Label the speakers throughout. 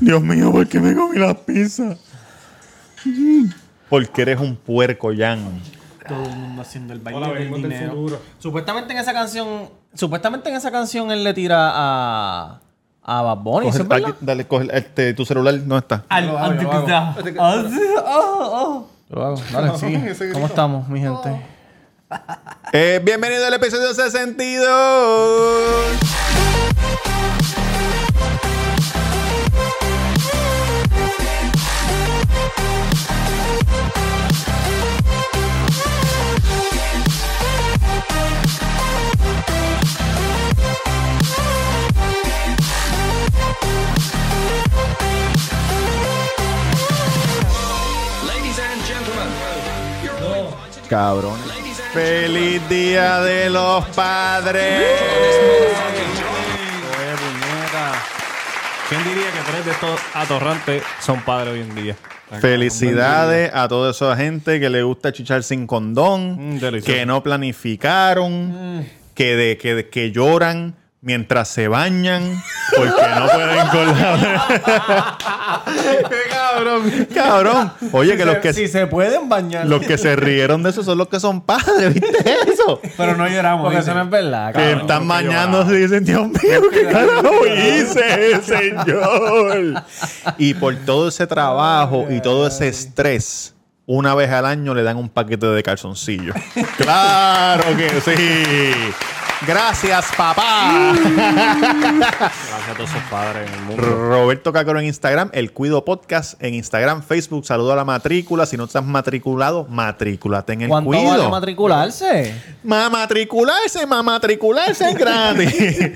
Speaker 1: Dios mío, ¿por qué me comí la pizza?
Speaker 2: Porque eres un puerco, Jan.
Speaker 3: Todo el mundo haciendo el baile
Speaker 4: Hola,
Speaker 3: del
Speaker 4: venimos del
Speaker 3: dinero.
Speaker 4: futuro.
Speaker 3: Supuestamente en esa canción, supuestamente en esa canción él le tira a a Bad Bunny, ¿eso
Speaker 2: Coge-
Speaker 3: es verdad?
Speaker 2: aquí, dale, coge este, tu celular. No está.
Speaker 3: Al
Speaker 4: Yo lo hago, yo lo hago.
Speaker 3: Ah, Lo hago, dale, sí. ¿Cómo estamos, mi gente?
Speaker 2: Eh, bienvenido al episodio 62. Cabrón. Feliz Día de los Padres.
Speaker 4: Oye, puñeta. ¿Quién diría que tres de estos atorrantes son padres hoy en día?
Speaker 2: Felicidades a toda esa gente que le gusta chichar sin condón,
Speaker 4: Mm, delicioso. Mm.
Speaker 2: que no planificaron, que, de, que, de- que lloran mientras se bañan porque no pueden con la...
Speaker 4: cabrón!
Speaker 2: Cabrón. Oye, que los que,
Speaker 3: si se pueden bañar,
Speaker 2: los que se rieron de eso son los que son padres, ¿viste eso?
Speaker 3: pero no lloramos. Porque eso no es verdad,
Speaker 2: Que
Speaker 3: cabrón.
Speaker 2: están
Speaker 4: que
Speaker 2: bañándose y dicen, Dios mío, ¿qué carajo hice, señor? Y por todo ese trabajo y todo ese estrés, una vez al año le dan un paquete de calzoncillos. ¡Claro que sí! ¡Gracias, papá!
Speaker 4: Gracias a todos esos padres en el mundo.
Speaker 2: Roberto Cacaro en Instagram, El Cuido Podcast en Instagram, Facebook. Saludo a la matrícula. Si no estás matriculado, matrículate en El
Speaker 3: ¿Cuánto
Speaker 2: Cuido.
Speaker 3: vale matricularse?
Speaker 2: Ma matricularse, ma matricularse es gratis.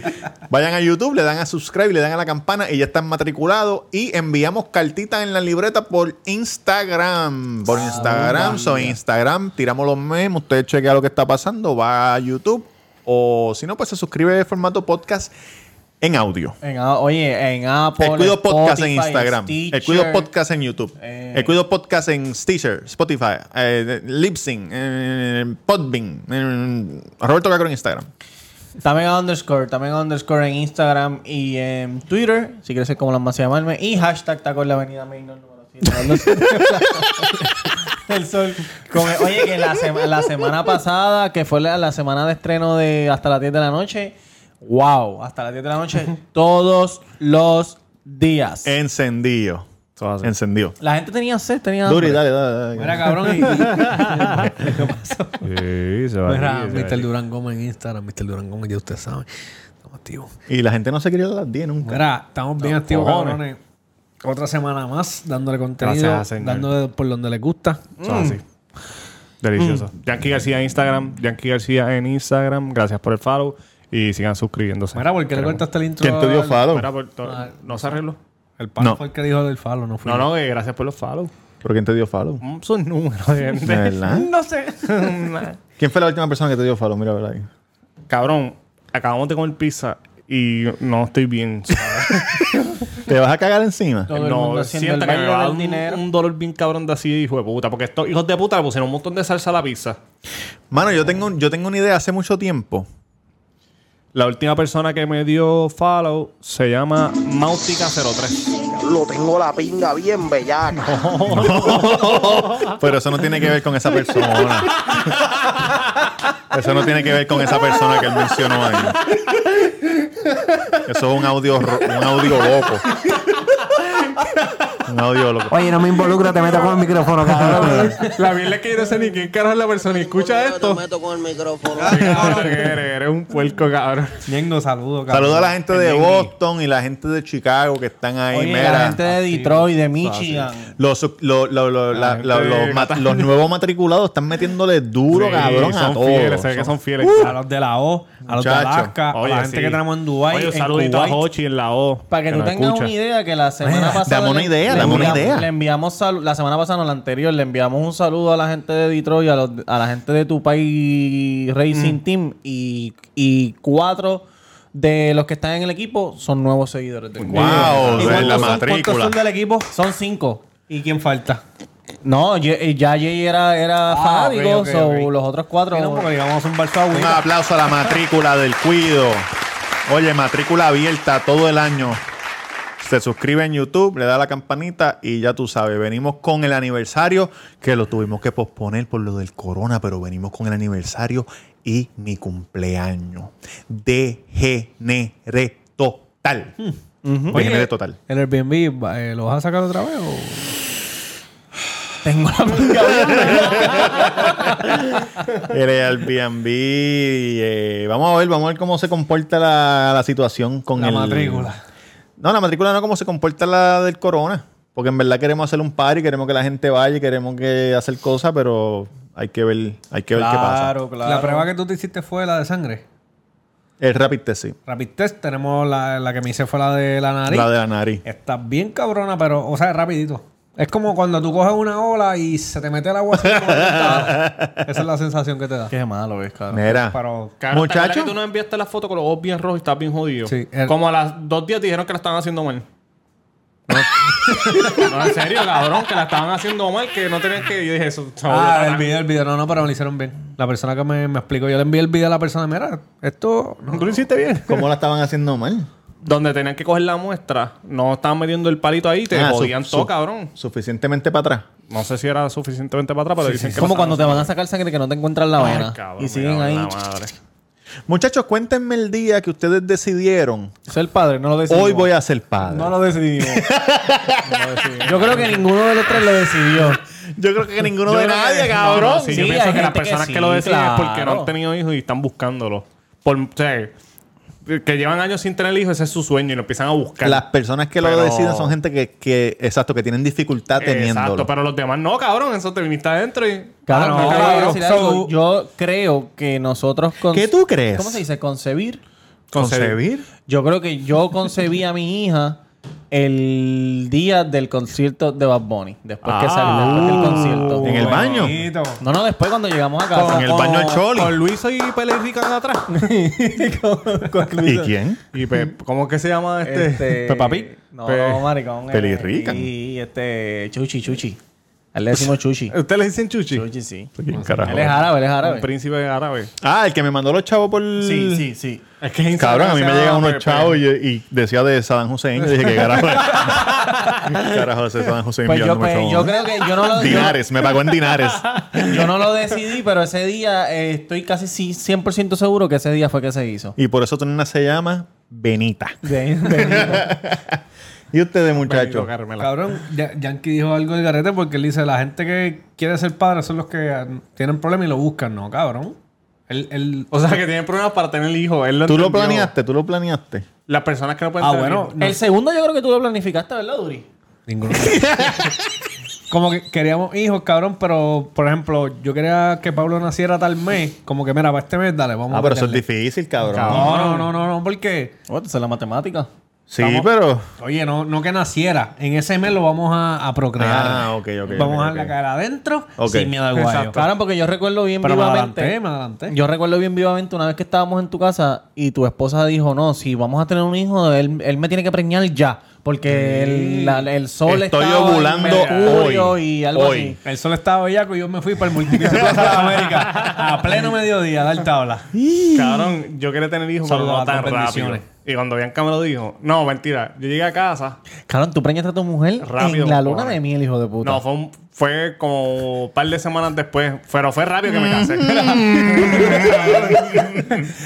Speaker 2: Vayan a YouTube, le dan a subscribe, le dan a la campana y ya están matriculados. Y enviamos cartitas en la libreta por Instagram. Por Instagram, soy Instagram, tiramos los memes, usted chequea lo que está pasando, va a YouTube. O si no, pues se suscribe de formato podcast en audio.
Speaker 3: En, a- oye, en Apple.
Speaker 2: El Cuido Podcast en
Speaker 3: Spotify,
Speaker 2: Instagram. El
Speaker 3: Stitcher.
Speaker 2: Cuido Podcast en YouTube.
Speaker 3: Eh.
Speaker 2: El Cuido Podcast en Stitcher, Spotify, eh, Lipsync, eh, Podbean, eh, Roberto Cacro en Instagram.
Speaker 3: También a underscore, también a underscore en Instagram y en Twitter, si quieres ser como las más llamarme. Y hashtag taco en la avenida Main, no, número 7. El sol. come- Oye, que la, sema- la semana pasada, que fue la, la semana de estreno de hasta las 10 de la noche, wow, hasta las 10 de la noche, todos los días.
Speaker 4: Eh,
Speaker 2: Encendido. Encendido.
Speaker 3: La gente tenía sed, tenía hambre.
Speaker 2: Duri, dale, dale. dale.
Speaker 3: Mira, cabrón. y-
Speaker 4: Sí, se va
Speaker 5: Mira,
Speaker 4: a ir, se va a
Speaker 5: Mr.
Speaker 4: ir.
Speaker 5: Durán Gómez en Instagram, Mr. Durán Gómez, ya ustedes saben. Estamos activos.
Speaker 2: Y la gente no se quería dar las 10 nunca.
Speaker 5: Mira, estamos bien activos,
Speaker 4: cojones.
Speaker 5: cabrones. Otra semana más, dándole contenido,
Speaker 4: Gracias, señor.
Speaker 5: dándole por donde les gusta.
Speaker 4: Eso es así. Delicioso. Mm. Yankee García en Instagram. Yankee García en Instagram. Gracias por el follow. Y sigan suscribiéndose.
Speaker 5: Mira, ¿por qué le
Speaker 4: Queremos.
Speaker 5: cortaste el intro?
Speaker 2: ¿Quién te dio
Speaker 5: al-
Speaker 2: follow?
Speaker 4: Mira, por to- ¿No se arregló?
Speaker 5: El palo
Speaker 2: No.
Speaker 5: fue el que dijo del falo, no fue.
Speaker 4: No, no, eh, gracias por los follow.
Speaker 2: ¿Pero quién te dio follow?
Speaker 4: Mm, Son números, gente.
Speaker 2: ¿De verdad?
Speaker 4: No sé.
Speaker 2: ¿Quién fue la última persona que te dio follow? Mira, ver ahí.
Speaker 4: Cabrón, acabamos de comer pizza y no estoy bien. ¿sabes?
Speaker 2: ¿Te vas a cagar encima?
Speaker 3: Todo el mundo
Speaker 4: no,
Speaker 3: haciendo el
Speaker 4: siento que me
Speaker 3: baile
Speaker 4: va a dar
Speaker 3: del
Speaker 4: un,
Speaker 3: dinero.
Speaker 4: un dolor bien cabrón de así, hijo de puta. Porque estos hijos de puta le pusieron un montón de salsa a la pizza.
Speaker 2: Mano, yo tengo, yo tengo una idea hace mucho tiempo.
Speaker 4: La última persona que me dio follow se llama Mautica03.
Speaker 6: Lo tengo la pinga bien bellaca.
Speaker 2: Pero eso no tiene que ver con esa persona. Eso no tiene que ver con esa persona que él mencionó ahí. Eso es un audio, ro- un audio loco. Un audio loco.
Speaker 6: Oye, no me involucra, te meto con el micrófono, cabrón.
Speaker 4: La mierda es que yo no sé ni quién carajo es la persona. Escucha esto.
Speaker 6: meto con el micrófono.
Speaker 4: eres, eres un puerco, cabrón.
Speaker 5: Ñengo, saludo, cabrón.
Speaker 2: Saludos a la gente de Boston y la gente de Chicago que están ahí.
Speaker 3: Oye,
Speaker 2: Mira,
Speaker 3: la gente de Detroit, de Michigan.
Speaker 2: los, lo- lo- lo- la-
Speaker 4: gente
Speaker 2: la-
Speaker 4: de
Speaker 2: los ma-
Speaker 4: Catania.
Speaker 2: los nuevos matriculados están metiéndole duro,
Speaker 4: Sí,
Speaker 2: cabrón, a
Speaker 4: son
Speaker 2: todos.
Speaker 4: Fieles, se ve que son fieles.
Speaker 5: A los de la O, a los de
Speaker 2: Muchacho.
Speaker 5: Alaska, a la gente
Speaker 4: sí.
Speaker 5: que tenemos en Dubái.
Speaker 4: Oye, un
Speaker 5: en
Speaker 4: saludito a
Speaker 5: Kuwait.
Speaker 4: Hochi en la O.
Speaker 3: Para que, tú
Speaker 4: nos
Speaker 3: tengas
Speaker 4: escucha.
Speaker 3: una idea que la semana pasada.
Speaker 2: dame una
Speaker 3: le-
Speaker 2: idea,
Speaker 3: le
Speaker 2: dame una
Speaker 3: enviamos-
Speaker 2: idea.
Speaker 3: Le enviamos salu- la semana pasada, no, la anterior, le enviamos un saludo a la gente de Detroit, a, los- a la gente de tu país Racing
Speaker 2: Mm.
Speaker 3: Team y, y cuatro de los que están en el equipo son nuevos seguidores. Del equipo.
Speaker 2: Wow, de
Speaker 3: ¿Y cuántos
Speaker 2: la
Speaker 3: son-
Speaker 2: matrícula.
Speaker 3: ¿Cuántos son del equipo? Son cinco.
Speaker 5: ¿Y quién falta?
Speaker 3: No, ye- eh, ya Jay era, era
Speaker 5: Ah, ok,
Speaker 3: fanático,
Speaker 5: ok,
Speaker 3: so
Speaker 5: ok.
Speaker 3: los otros cuatro.
Speaker 5: Sí, no, porque digamos un balsa
Speaker 2: Un
Speaker 5: agüita.
Speaker 2: aplauso a la matrícula del Cuido. Oye, matrícula abierta todo el año. se suscribe en YouTube, le da la campanita y ya tú sabes, venimos con el aniversario que lo tuvimos que posponer por lo del corona, pero venimos con el aniversario y mi cumpleaños. Degenere total.
Speaker 5: Mm-hmm.
Speaker 2: Degenere total.
Speaker 5: ¿El Airbnb va- eh, lo vas a sacar otra vez o...?
Speaker 3: Tengo la manga
Speaker 2: El Airbnb. eh, vamos a ver, vamos a ver cómo se comporta la, la situación con
Speaker 5: La
Speaker 2: el-
Speaker 5: matrícula.
Speaker 2: No, la matrícula no, cómo se comporta la del corona. Porque en verdad queremos hacer un party, queremos que la gente vaya, y queremos que hacer cosas, pero hay que ver, hay que ver qué pasa.
Speaker 3: Claro, claro.
Speaker 5: La prueba que tú te hiciste fue la de sangre.
Speaker 2: El rapid test, sí.
Speaker 5: Rapid test tenemos la, la que me hice fue la de la nariz.
Speaker 2: La de la nariz.
Speaker 5: Está bien cabrona, pero, o sea, es rapidito. Es como cuando tú coges una ola y se te mete el agua así. como aventada. Esa es la sensación que te da.
Speaker 3: Qué malo es, cabrón.
Speaker 2: Mira.
Speaker 5: Pero
Speaker 4: Cabrón, ¿te acuerdas
Speaker 2: Muchacho.
Speaker 4: que tú no enviaste la foto con los ojos bien rojos y estás bien jodido.
Speaker 5: Sí, el-
Speaker 4: Como a las dos días te dijeron que la estaban haciendo mal. No, en serio, cabrón, que la estaban haciendo mal, que no tenías que. Yo dije eso. chavo,
Speaker 5: Ah,
Speaker 4: ya
Speaker 5: el video, el video. No, no, pero me lo hicieron bien. La persona que me, me explicó, yo le envié el video a la persona. Mira, esto...
Speaker 4: está- Tú lo hiciste bien.
Speaker 2: ¿Cómo la estaban haciendo mal?
Speaker 4: Donde tenían que coger la muestra, no estaban metiendo el palito ahí, te
Speaker 2: Ah, su-
Speaker 4: jodían todo,
Speaker 2: su-
Speaker 4: cabrón.
Speaker 2: Suficientemente para atrás.
Speaker 4: No sé si era suficientemente para atrás, pero dicen
Speaker 3: Es
Speaker 4: que
Speaker 3: como
Speaker 4: la
Speaker 3: cuando te van a sacar sangre que no te encuentran la
Speaker 4: estaban-
Speaker 3: vena.
Speaker 4: Ay, cabrón,
Speaker 3: y
Speaker 4: me
Speaker 3: siguen
Speaker 4: cago en
Speaker 3: ahí.
Speaker 4: la madre.
Speaker 2: Muchachos, cuéntenme el día que ustedes decidieron.
Speaker 3: Soy el padre, no lo decidimos.
Speaker 2: Hoy voy a ser padre.
Speaker 3: No lo decidimos. No lo decidimos. Yo creo que ninguno de los tres lo decidió.
Speaker 2: Yo creo que ninguno
Speaker 4: Yo
Speaker 2: de
Speaker 4: creo que-
Speaker 2: nadie,
Speaker 4: no,
Speaker 2: cabrón.
Speaker 4: no, sí, yo
Speaker 3: Sí,
Speaker 4: pienso
Speaker 3: hay
Speaker 4: que las
Speaker 3: gente que
Speaker 4: personas que,
Speaker 3: sí,
Speaker 4: lo deciden es porque no
Speaker 3: claro.
Speaker 4: han tenido hijos y están buscándolo. Por, o sea, que llevan años sin tener hijos, ese es su sueño y lo empiezan a buscar.
Speaker 2: Las personas que lo
Speaker 4: Pero-
Speaker 2: deciden son gente que, que- exacto, que tienen dificultad teniéndolo.
Speaker 4: Exacto, pero los demás no, cabrón. Eso te viniste adentro y.
Speaker 3: Cabrón,
Speaker 5: Ah, no,
Speaker 3: yo, te voy a
Speaker 5: cabrón.
Speaker 3: decir algo.
Speaker 5: So-
Speaker 3: Yo creo que nosotros... con-
Speaker 2: ¿Qué tú crees?
Speaker 3: ¿Cómo se dice? Concebir.
Speaker 2: ¿Concebir?
Speaker 3: Yo creo que yo concebí a mi hija el día del concierto de Bad Bunny. Después que
Speaker 4: Ah.
Speaker 3: salió después del concierto.
Speaker 2: ¿En el baño?
Speaker 5: Bonito.
Speaker 3: No, no, después cuando llegamos a casa.
Speaker 2: En el baño del Choli.
Speaker 4: Con Luis y Pele Rican atrás.
Speaker 2: ¿Y quién?
Speaker 4: y Pe- ¿Cómo es que se llama este?
Speaker 3: Este...
Speaker 2: Pues,
Speaker 4: Peppa Pig.
Speaker 3: No,
Speaker 4: Pe-
Speaker 3: no, maricón. eh,
Speaker 2: Pelirrican.
Speaker 3: Y este... Chuchi, Chuchi. A él le decimos Chuchi.
Speaker 2: Eh,
Speaker 4: ¿Ustedes le dicen Chuchi?
Speaker 3: Chuchi, sí.
Speaker 2: ¿Quién, carajo?
Speaker 3: Él es árabe, él es
Speaker 4: Un
Speaker 3: árabe.
Speaker 4: príncipe árabe.
Speaker 2: Ah, el que me mandó los chavos por.
Speaker 3: Sí, sí, sí.
Speaker 4: Es que
Speaker 2: Cabrón, a mí me llegan unos chavos
Speaker 4: chavos
Speaker 2: y, y decía de Saddam Hussein. Yo dije, ¿qué carajo? ¿Qué carajo es Saddam Hussein
Speaker 3: Pues yo,
Speaker 2: enviándome
Speaker 3: pues,
Speaker 2: chavos?
Speaker 3: yo creo que yo no lo yo,
Speaker 2: Dinares, me pagó en dinares.
Speaker 3: yo no lo decidí, pero ese día eh, estoy casi sí- 100% seguro que ese día fue que se hizo.
Speaker 2: Y por eso tu nena se llama Benita.
Speaker 3: De- de-
Speaker 2: ¿Y ustedes, muchachos?
Speaker 5: Cabrón, Ya- Yankee dijo algo del garete porque él dice, la gente que quiere ser padre son los que ah, tienen problemas y lo buscan. No, cabrón. Él, él-
Speaker 4: O sea, que tienen problemas para tener hijos. Él
Speaker 2: ¿Tú lo
Speaker 4: entendió.
Speaker 2: planeaste? ¿Tú lo planeaste?
Speaker 4: Las personas que no pueden
Speaker 5: Ah,
Speaker 4: tener
Speaker 5: bueno.
Speaker 4: hijos.
Speaker 5: no.
Speaker 3: El segundo yo creo que tú lo planificaste, ¿verdad, Duri?
Speaker 5: Ninguno. como que queríamos hijos, cabrón, pero por ejemplo, yo quería que Pablo naciera tal mes, como que mira, para este mes, dale, vamos
Speaker 2: Ah,
Speaker 5: a
Speaker 2: pero eso es
Speaker 5: meterle.
Speaker 2: difícil, cabrón.
Speaker 5: No, no, no, no, no, porque
Speaker 3: Oh, esa es la matemática.
Speaker 2: Sí, pero.
Speaker 5: oye, no, no que naciera, en ese mes lo vamos a, a procrear.
Speaker 2: Ah, ok, ok,
Speaker 5: Vamos
Speaker 2: ok,
Speaker 5: a
Speaker 2: ok.
Speaker 5: darle cara adentro
Speaker 2: Ok.
Speaker 5: sin miedo al guayo.
Speaker 3: Claro, porque yo recuerdo bien
Speaker 5: Pero me
Speaker 3: vivamente.
Speaker 5: adelanté, me adelanté.
Speaker 3: Yo recuerdo bien vivamente una vez que estábamos en tu casa y tu esposa dijo, no, si vamos a tener un hijo, él, él me tiene que preñar ya. Porque el, la- el sol
Speaker 2: Estoy
Speaker 3: estaba en
Speaker 2: ovulando
Speaker 3: Mercurio
Speaker 2: hoy.
Speaker 3: y algo
Speaker 2: Hoy.
Speaker 3: así.
Speaker 5: El sol estaba bellaco y yo me fui para el multiplicio Plaza de América a pleno mediodía a dar tabla.
Speaker 4: Cabrón, yo quería tener hijos, pero
Speaker 5: Solo
Speaker 4: no
Speaker 5: las
Speaker 4: tan
Speaker 5: dos
Speaker 4: rápido.
Speaker 5: bendiciones.
Speaker 4: Y cuando Bianca me lo dijo, no, mentira. Yo llegué a casa.
Speaker 3: Cabrón, tú preñaste a tu mujer
Speaker 4: Rápido,
Speaker 3: en la luna
Speaker 4: cojones.
Speaker 3: de miel, hijo de puta.
Speaker 4: No, fue, un- fue como un par de semanas después. Pero fue rápido que me casé.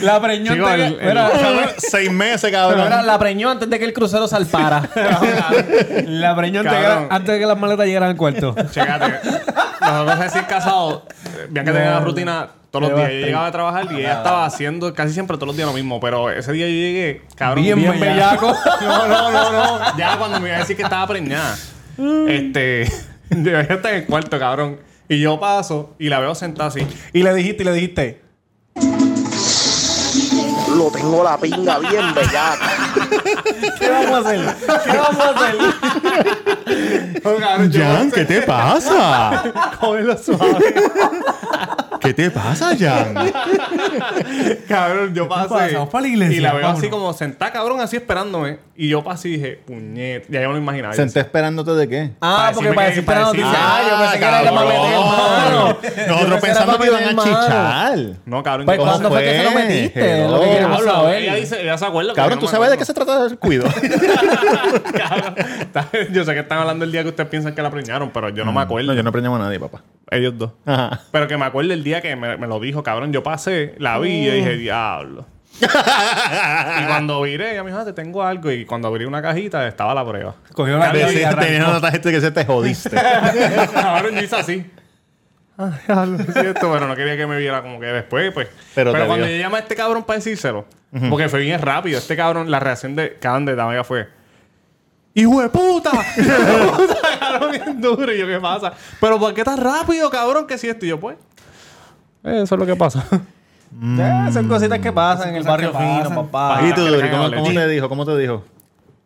Speaker 5: La preñó
Speaker 4: Chico,
Speaker 5: antes
Speaker 4: el-
Speaker 5: que- mira,
Speaker 2: Seis meses,
Speaker 3: Pero era-
Speaker 2: cabrón.
Speaker 3: la preñó antes de que el crucero salpara.
Speaker 5: la preñó antes, que,
Speaker 4: Cabrón.
Speaker 5: antes de que las maletas llegaran al cuarto.
Speaker 4: Chécate. Nosotros recién casados, Bianca tenía la rutina todos los días. Yo llegaba a trabajar y ella estaba haciendo casi siempre todos los días lo mismo. Pero ese día yo llegué, cabrón.
Speaker 5: Bien bellaco.
Speaker 4: No, no, no, no. Ya cuando me iba a decir que estaba preñada. este. Yo está en el cuarto, cabrón. Y yo paso y la veo sentada así.
Speaker 5: Y le dijiste, y le dijiste.
Speaker 6: Lo tengo la pinga bien bellaca.
Speaker 3: ¿Qué vamos a hacer? ¿Qué vamos a hacer?
Speaker 4: Cabrón, yo-
Speaker 2: Jan, ¿qué te pasa?
Speaker 4: Cógelo suave.
Speaker 1: ¿Qué te pasa, Jan?
Speaker 4: Cabrón, yo pasé.
Speaker 5: pasa? Vamos para la iglesia,
Speaker 4: Y la veo
Speaker 5: vámonos.
Speaker 4: así como sentada, cabrón, así esperándome. Y yo pasé y dije, puñet. Ya yo me lo imaginaba.
Speaker 2: ¿Senté esperándote de qué?
Speaker 3: Ah, porque para
Speaker 4: Para
Speaker 3: decir
Speaker 4: decirme que-
Speaker 3: para
Speaker 4: para
Speaker 3: noticia.
Speaker 4: decirme-
Speaker 3: Ah, yo pensé que era la
Speaker 2: cabrón.
Speaker 3: mamá de hermano. Yo
Speaker 2: Nosotros
Speaker 3: pensé que era
Speaker 2: pensamos
Speaker 3: para
Speaker 2: que iban a
Speaker 3: meter mano.
Speaker 2: chichar.
Speaker 4: No, cabrón.
Speaker 3: Pues
Speaker 4: yo
Speaker 3: cuando fue que se lo
Speaker 2: fue?
Speaker 3: metiste, Es lo
Speaker 2: Hello.
Speaker 3: que queremos
Speaker 4: Habla,
Speaker 3: saber.
Speaker 4: ella, dice, ella se acuerda. pero
Speaker 2: Cabrón,
Speaker 4: yo
Speaker 2: ¿tú
Speaker 4: no me
Speaker 2: sabes de qué
Speaker 4: acuerdo.
Speaker 2: se trata el cuido?
Speaker 4: Está- yo sé que están hablando el día que ustedes piensan que la preñaron, pero yo no me acuerdo.
Speaker 2: Mm, no, yo no preñamos a nadie, papá.
Speaker 4: Ellos dos.
Speaker 2: Ajá.
Speaker 4: Pero que me acuerdo el día que me, me lo dijo, cabrón. Yo pasé, la vi y yo
Speaker 2: Mm.
Speaker 4: dije, diablo. y cuando viré, ella me dijo, ah, te tengo algo. Y cuando abrí una cajita, estaba la prueba.
Speaker 5: Cogió la
Speaker 4: Cabrón,
Speaker 5: llave y
Speaker 2: Decía-
Speaker 5: arrancó.
Speaker 2: Tenías una tarjeta que se te jodiste.
Speaker 4: cabrón, yo hice así. Ay, diablo, es cierto, pero no quería que me viera como que después, pues.
Speaker 2: Pero
Speaker 4: Pero,
Speaker 2: te
Speaker 4: cuando
Speaker 2: vio.
Speaker 4: yo llamé a este cabrón para decírselo, porque fue bien rápido, este cabrón, la reacción de cabrón de Tamega fue. ¡Hijo de puta! ¡Hijo de puta, cabrón, bien duro! Y yo, ¿qué pasa? ¿Pero por qué tan rápido, cabrón? ¿Qué si esto? Y yo, pues... Eso es lo que pasa.
Speaker 3: Eh, Son cositas que pasan en el barrio
Speaker 5: Mm. que pasan.
Speaker 3: fino, papá.
Speaker 2: ¿Y tú,
Speaker 4: que le
Speaker 2: Dori?
Speaker 4: caiga
Speaker 2: ¿Cómo,
Speaker 4: la
Speaker 2: cómo
Speaker 4: leche.
Speaker 2: te dijo? ¿Cómo te dijo?